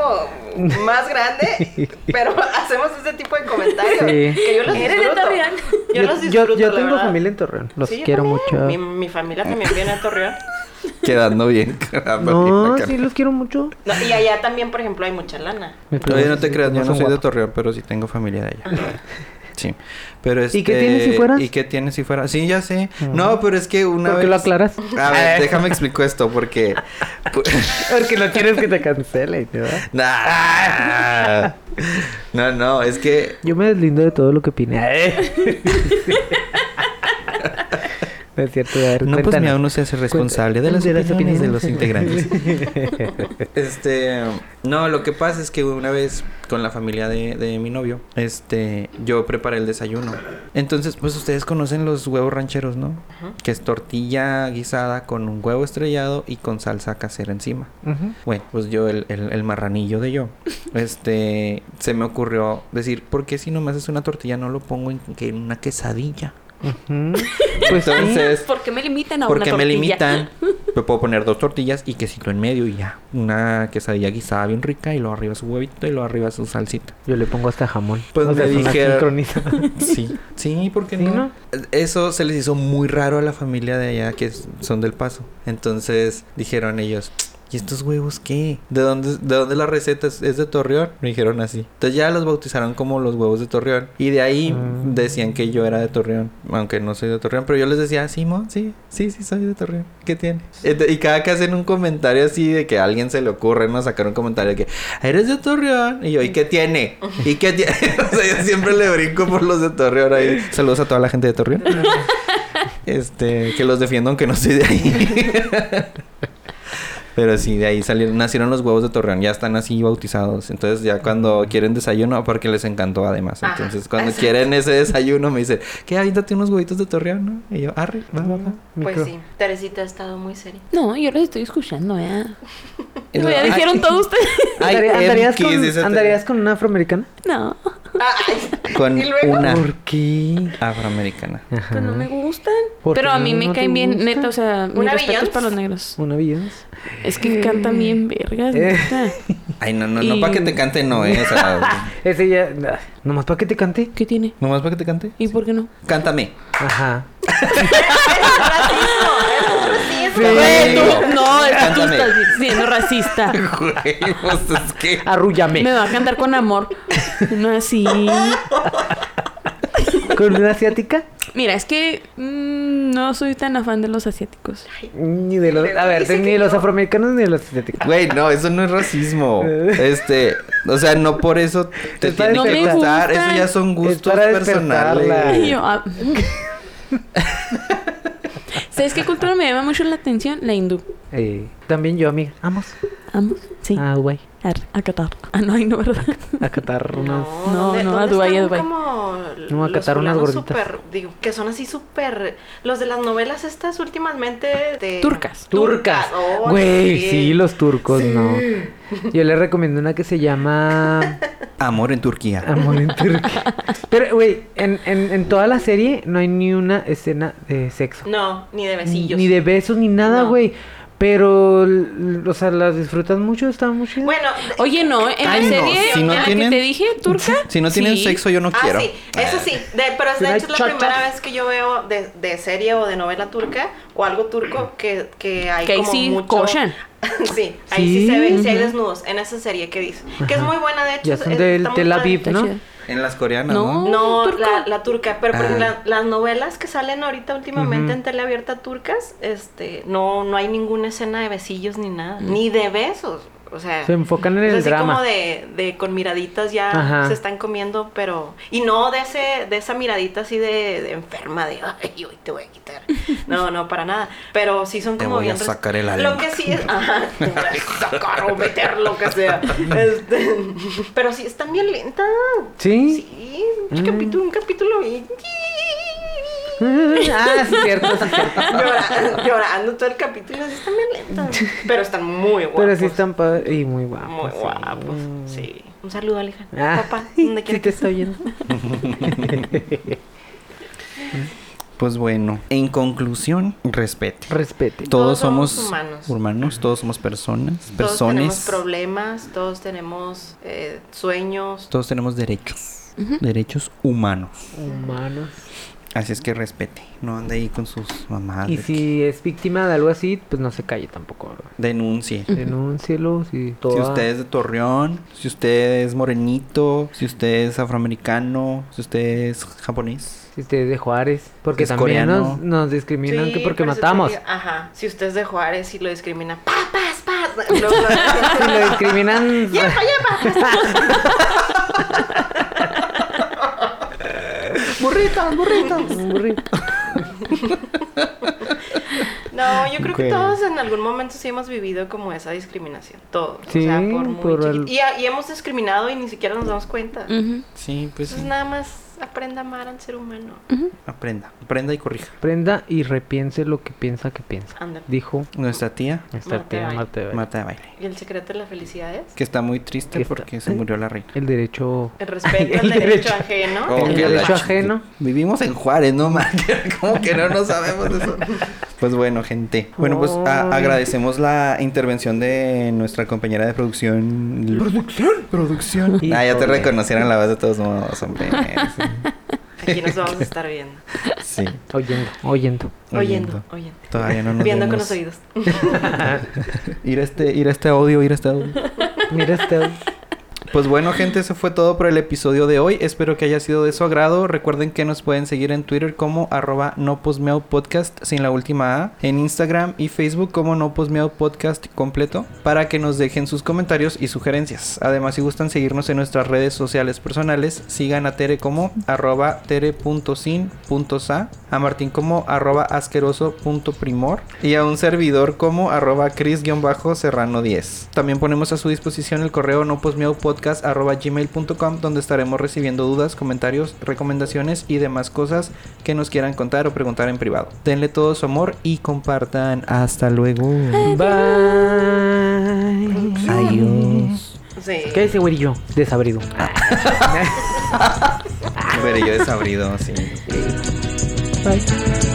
A: más grande,
D: (laughs)
A: pero hacemos ese tipo de comentarios.
D: Sí.
A: Que yo los
C: Eres de
A: disfruto.
C: Torreón.
A: Yo, los
D: yo,
A: disfruto. la
D: tengo
A: verdad.
D: familia en Torreón. Los
A: Sí, yo
D: quiero
A: también.
D: mucho.
A: Mi, mi familia también viene a Torreón.
E: Quedando bien. (laughs) quedando bien
D: No,
E: acá.
D: sí, los quiero mucho.
A: No, y allá también, por ejemplo, hay mucha lana.
E: Oye, no te creas, yo no
D: Son
E: soy de
D: guapos.
E: Torreón, pero sí tengo familia de allá.
D: (laughs)
E: Sí. Pero este,
D: ¿Y qué tienes si fueras?
E: ¿Y qué tienes si fuera? Sí, ya sé. No, pero es que una
D: ¿Por
E: vez.
D: qué lo aclaras?
E: A
D: (laughs)
E: ver, déjame explico esto, porque.
D: Porque no quieres que te cancele, ¿verdad?
E: (laughs) Nah. No, no, es que.
D: Yo me deslindo de todo lo que opine. (laughs) Eh. no es cierto, a ver,
E: No, pues
D: cuéntanos.
E: mi aún no se hace responsable de las,
D: De las
E: opiniones de
D: opiniones.
E: los integrantes. (laughs) Este, no, lo que pasa es que una vez con la familia de, de mi novio, este, yo preparé el desayuno. Entonces, pues ustedes conocen los huevos rancheros, ¿no? Que es tortilla guisada con un huevo estrellado y con salsa casera encima.
D: Ujú.
E: Bueno, pues yo, el, el- el marranillo de yo, este, se me ocurrió decir, ¿por qué si nomás es una tortilla no lo pongo en, que en una quesadilla?
D: Ujú.
E: Pues (laughs) entonces,
C: ¿Por qué me limitan a una
E: porque me
C: tortilla?
E: limitan. Me puedo poner dos tortillas y quesito en medio y ya. Una quesadilla guisada bien rica y luego arriba su huevito y luego arriba su salsita.
D: Yo le pongo hasta jamón.
E: Pues me
D: es una
E: dijeron-
D: sincroniza.
E: Sí. Sí, porque
D: Sí,
E: no?
D: ¿no?
E: Eso se les hizo muy raro a la familia de allá que es- son del paso. Entonces dijeron ellos, ¿y estos huevos qué? ¿De dónde, de dónde la receta es, ¿Es de Torreón? Me dijeron así. Entonces ya los bautizaron como los huevos de Torreón. Y de ahí decían que yo era de Torreón, aunque no soy de Torreón, pero yo les decía, sí, mo, sí, sí, sí, soy de Torreón. ¿Qué tiene? Ent- Y cada que hacen un comentario así de que a alguien se le ocurre, ¿no? Sacar un comentario de que, eres de Torreón. Y yo, ¿y qué tiene? ¿Y qué tiene? (laughs) o sea, yo siempre le brinco por los de Torreón ahí. Saludos a toda la gente de Torreón. Este, que los defiendo aunque no soy de ahí. (laughs) Pero sí, de ahí salieron, nacieron los huevos de Torreón, ya están así bautizados. Entonces ya cuando quieren desayuno, porque les encantó además.
A: Ajá,
E: Entonces cuando
A: exacto.
E: quieren ese desayuno me dicen, ¿qué? Aviéntate unos huevitos de Torreón, ¿no? Y yo, arre, va, va, va.
A: Pues sí, Teresita ha estado muy seria.
C: No, yo los estoy escuchando, ¿eh?
E: Y
C: ¿Me
E: yo,
C: dijeron
E: "Ay,
C: todos ustedes?
E: ay, Em,
D: Andari- ¿Andarías,
E: Emkis", dice
D: con,
E: Tere-
D: andarías con una afroamericana?
C: No.
A: Ah, (laughs)
E: con
A: ¿Y luego?
E: una
D: ¿Por qué?
E: afroamericana.
C: Ah. Pues no me gustan.
D: ¿Por
C: Pero
D: qué
C: a mí
D: no
C: me
D: te
C: caen bien,
D: gusta?
C: neta, o sea, mis
A: ¿Una
C: respetos
A: Beyoncé?
C: para los negros.
D: ¿Una Beyoncé?
C: Es que cantan bien vergas,
D: Mm. Eh.
C: neta.
E: Ay, no, no, no,
C: Y-
E: para que te cante no, eh. O sea,
D: Ese ya... ah, Nomás para que te cante.
C: ¿Qué tiene?
E: nomás para que te cante.
C: ¿Y por qué (laughs) no?
A: (laughs)
E: Cántame.
D: Ajá.
C: Güey, tú- no, es que tú
E: Cántame.
C: estás siendo racista.
E: Güey, pues es que...
D: Arrúllame.
C: Me va a cantar con amor. No así.
D: ¿Con una asiática?
C: Mira, es que mm, no soy tan afán de los asiáticos.
D: Ni de los... A ver,
A: Dice
D: ni
A: que
D: de los
A: no.
D: afroamericanos ni de los asiáticos.
E: Güey, no, eso no es racismo. Este, o sea, no por eso te
D: Es para
E: tiene que
D: despertar.
E: gustar.
C: No me
E: Eso ya son gustos
D: para despertarla.
E: personales.
C: Y yo, ah. ¿Sabes qué cultura me llama mucho la atención? La hindú.
D: Eh, también yo, amiga. Vamos.
C: ¿Ambos? Sí.
D: A Dubái.
C: Ar- A Qatar. Ah, no, ay, no, ¿verdad?
D: A catar unas...
C: No,
A: ¿dónde-
C: no, a
A: dónde
C: Dubái, a
A: están
C: Dubái.
A: Como
D: No, voy a
A: los
D: catar unas
A: fulanos
D: gorditas.
A: súper- digo, que son así súper. Los de las novelas estas últimamente de.
C: Turcas.
D: Turcas.
A: Oh,
D: Güey,
A: sí.
D: sí, los turcos, no. Yo les recomiendo una que se llama
E: Amor en Turquía.
D: Amor en Turquía.
A: (laughs)
D: Pero, güey, en, en, en toda la serie no hay ni una escena de sexo.
A: No, ni de besillos.
D: Ni de besos, ni nada,
A: No.
D: güey. Pero, l- o sea, las disfrutas mucho, están muy chidas.
A: Bueno,
C: Oye, no, en
E: Ay,
C: la
E: no,
C: serie
E: si no
C: en la
E: tienen-
C: que te dije, turca.
E: Si no tienen
C: sí.
E: sexo, yo no
A: ah,
E: quiero.
A: sí, eso sí. De, pero
D: Una
A: de hecho es la
D: chota.
A: primera vez que yo veo de, de serie o de novela turca o algo turco que, que hay
C: Que ahí
A: como
C: sí
A: mucho...
C: cochan.
A: (laughs) sí, ahí sí,
D: Sí,
A: se ve, sí hay
D: ujú.
A: desnudos en esa serie que dice. Que es
D: Ajá.
A: muy buena, de hecho.
D: Ya
A: es-
D: son
A: es-
D: del
A: está muy
D: Tel Aviv,
C: Está
A: padre.
D: ¿no?
C: chida.
E: En las coreanas,
C: No.
E: ¿no?
A: No,
C: ¿Turca?
A: la, la turca, pero por
E: Ah.
A: ejemplo, la- las novelas que salen ahorita últimamente
D: Ujú.
A: en teleabierta turcas, este, no, no hay ninguna escena de besillos ni nada,
E: Mm.
A: ni de besos, o sea,
D: Se enfocan en
A: es
D: el
A: así
D: drama.
A: como de, de con miraditas ya
D: Ajá.
A: se están comiendo, pero, y no de ese, de esa miradita así de, de enferma, de ay, hoy te voy
E: (laughs)
A: a quitar, no, no, para nada, pero sí son
E: Te
A: como
E: voy a
A: bien res-
E: sacar el
A: Lo
E: alma.
A: que sí es, (laughs) ajá, te voy a sacar o meter lo
E: (laughs)
A: que sea, Este, pero sí están bien lentas.
D: ¿Sí?
A: Sí, un
D: Mm.
A: capítulo, un capítulo y
D: (laughs) ah, sí, cierto, sí,
A: (laughs)
D: cierto.
A: llora- (laughs) llorando todo el capítulo, así están bien lentas. Pero están muy guapos.
D: Pero sí están padres y muy guapos. Mm.
A: muy guapos. Sí. Un saludo, Alejandro.
D: Ah, (laughs)
A: Papá, donde
D: sí
A: quiera
D: te
A: que
D: estoy viendo.
E: Pues bueno, en conclusión, respete.
D: Respete.
E: Todos,
A: Todos
E: somos
A: somos humanos.
E: humanos, todos somos personas,
A: Todos tenemos
E: personas.
A: problemas, todos tenemos eh, sueños.
E: Todos tenemos derechos. Derechos humanos.
D: Humanos.
E: Así es que respete. No ande ahí con sus mamás.
D: Y
E: de
D: si es víctima de algo así, pues no se calle tampoco, ¿verdad?
E: que Denuncie.
D: Denúncielo si
E: Si
D: toda-
E: usted es de Torreón, si usted es morenito, si usted es afroamericano, si usted es japonés.
D: si usted es Este, de Juárez, porque
E: es
D: también
E: coreano.
D: nos, nos discriminan que
A: Sí,
D: porque
A: por eso te
D: matamos.
A: digo, Ajá. Si usted es de Juárez y lo discrimina, papas, papas. (laughs) No, no.
D: (laughs) Si lo
E: (laughs)
D: discriminan
A: Yepa, yepa.
E: Burritos,
D: (laughs)
E: burritos.
A: No, yo creo que
E: Ok.
A: todos en algún momento sí hemos vivido como esa discriminación. Todos.
D: Sí,
A: o sea, por muy
D: por
A: chiquito.
D: al-
A: y, a- y hemos discriminado y ni siquiera nos damos cuenta.
C: Ujú.
E: Sí, pues
A: Entonces
E: sí.
A: nada más aprenda a amar al ser humano.
E: Aprenda, aprenda y corrija.
D: prenda y repiense lo que piensa que piensa.
A: Ándale.
D: Dijo
E: Nuestra tía,
D: esta
A: Marta
D: tía
A: Valle.
D: Marta Valle.
E: Marta de Baile.
A: Y el secreto de la felicidad es
E: Que está muy triste
D: Que está-
E: porque se murió la reina.
D: El derecho
E: (laughs)
A: el respeto al
D: El
A: derecho,
D: derecho.
A: ajeno.
E: Oh,
D: el
E: que la
D: derecho
E: ch-
D: ajeno.
E: Vivimos en Juárez, no man. (laughs) Como que no, no sabemos de (laughs) eso. Pues bueno, gente. Bueno, pues a-
D: Ay.
E: agradecemos la intervención de nuestra compañera de producción. ¿Producción? Producción. Ah, ya te
D: Híjole.
E: reconocieron la voz de todos modos, hombre.
A: Aquí nos vamos a estar viendo.
E: (laughs) Sí.
D: Oyendo, oyendo.
A: Oyendo, oyendo.
E: Todavía no nos
A: Viendo con
E: vemos.
A: los oídos.
E: Ir a este, ir a este audio, ir a este audio.
D: Mira este.
E: Pues bueno, gente, eso fue todo por el episodio de hoy. Espero que haya sido de su agrado. Recuerden que nos pueden seguir en Twitter como arroba no posmeau podcast sin la última A, en Instagram y Facebook como no posmeau podcast completo, para que nos dejen sus comentarios y sugerencias. Además, si gustan seguirnos en nuestras redes sociales personales, sigan a Tere como arroba tere.sin.sa, a Martín como arroba asqueroso.primor y a un servidor como arroba cris-serrano 10. También ponemos a su disposición el correo no arroba gmail.com donde estaremos recibiendo dudas, comentarios, recomendaciones y demás cosas que nos quieran contar o preguntar en privado. Denle todo su amor y compartan. Hasta luego.
D: Bye.
E: Adiós.
A: Sí.
D: ¿Qué dice güerillo? Desabrido.
E: Pero yo desabrido, sí.
D: Bye.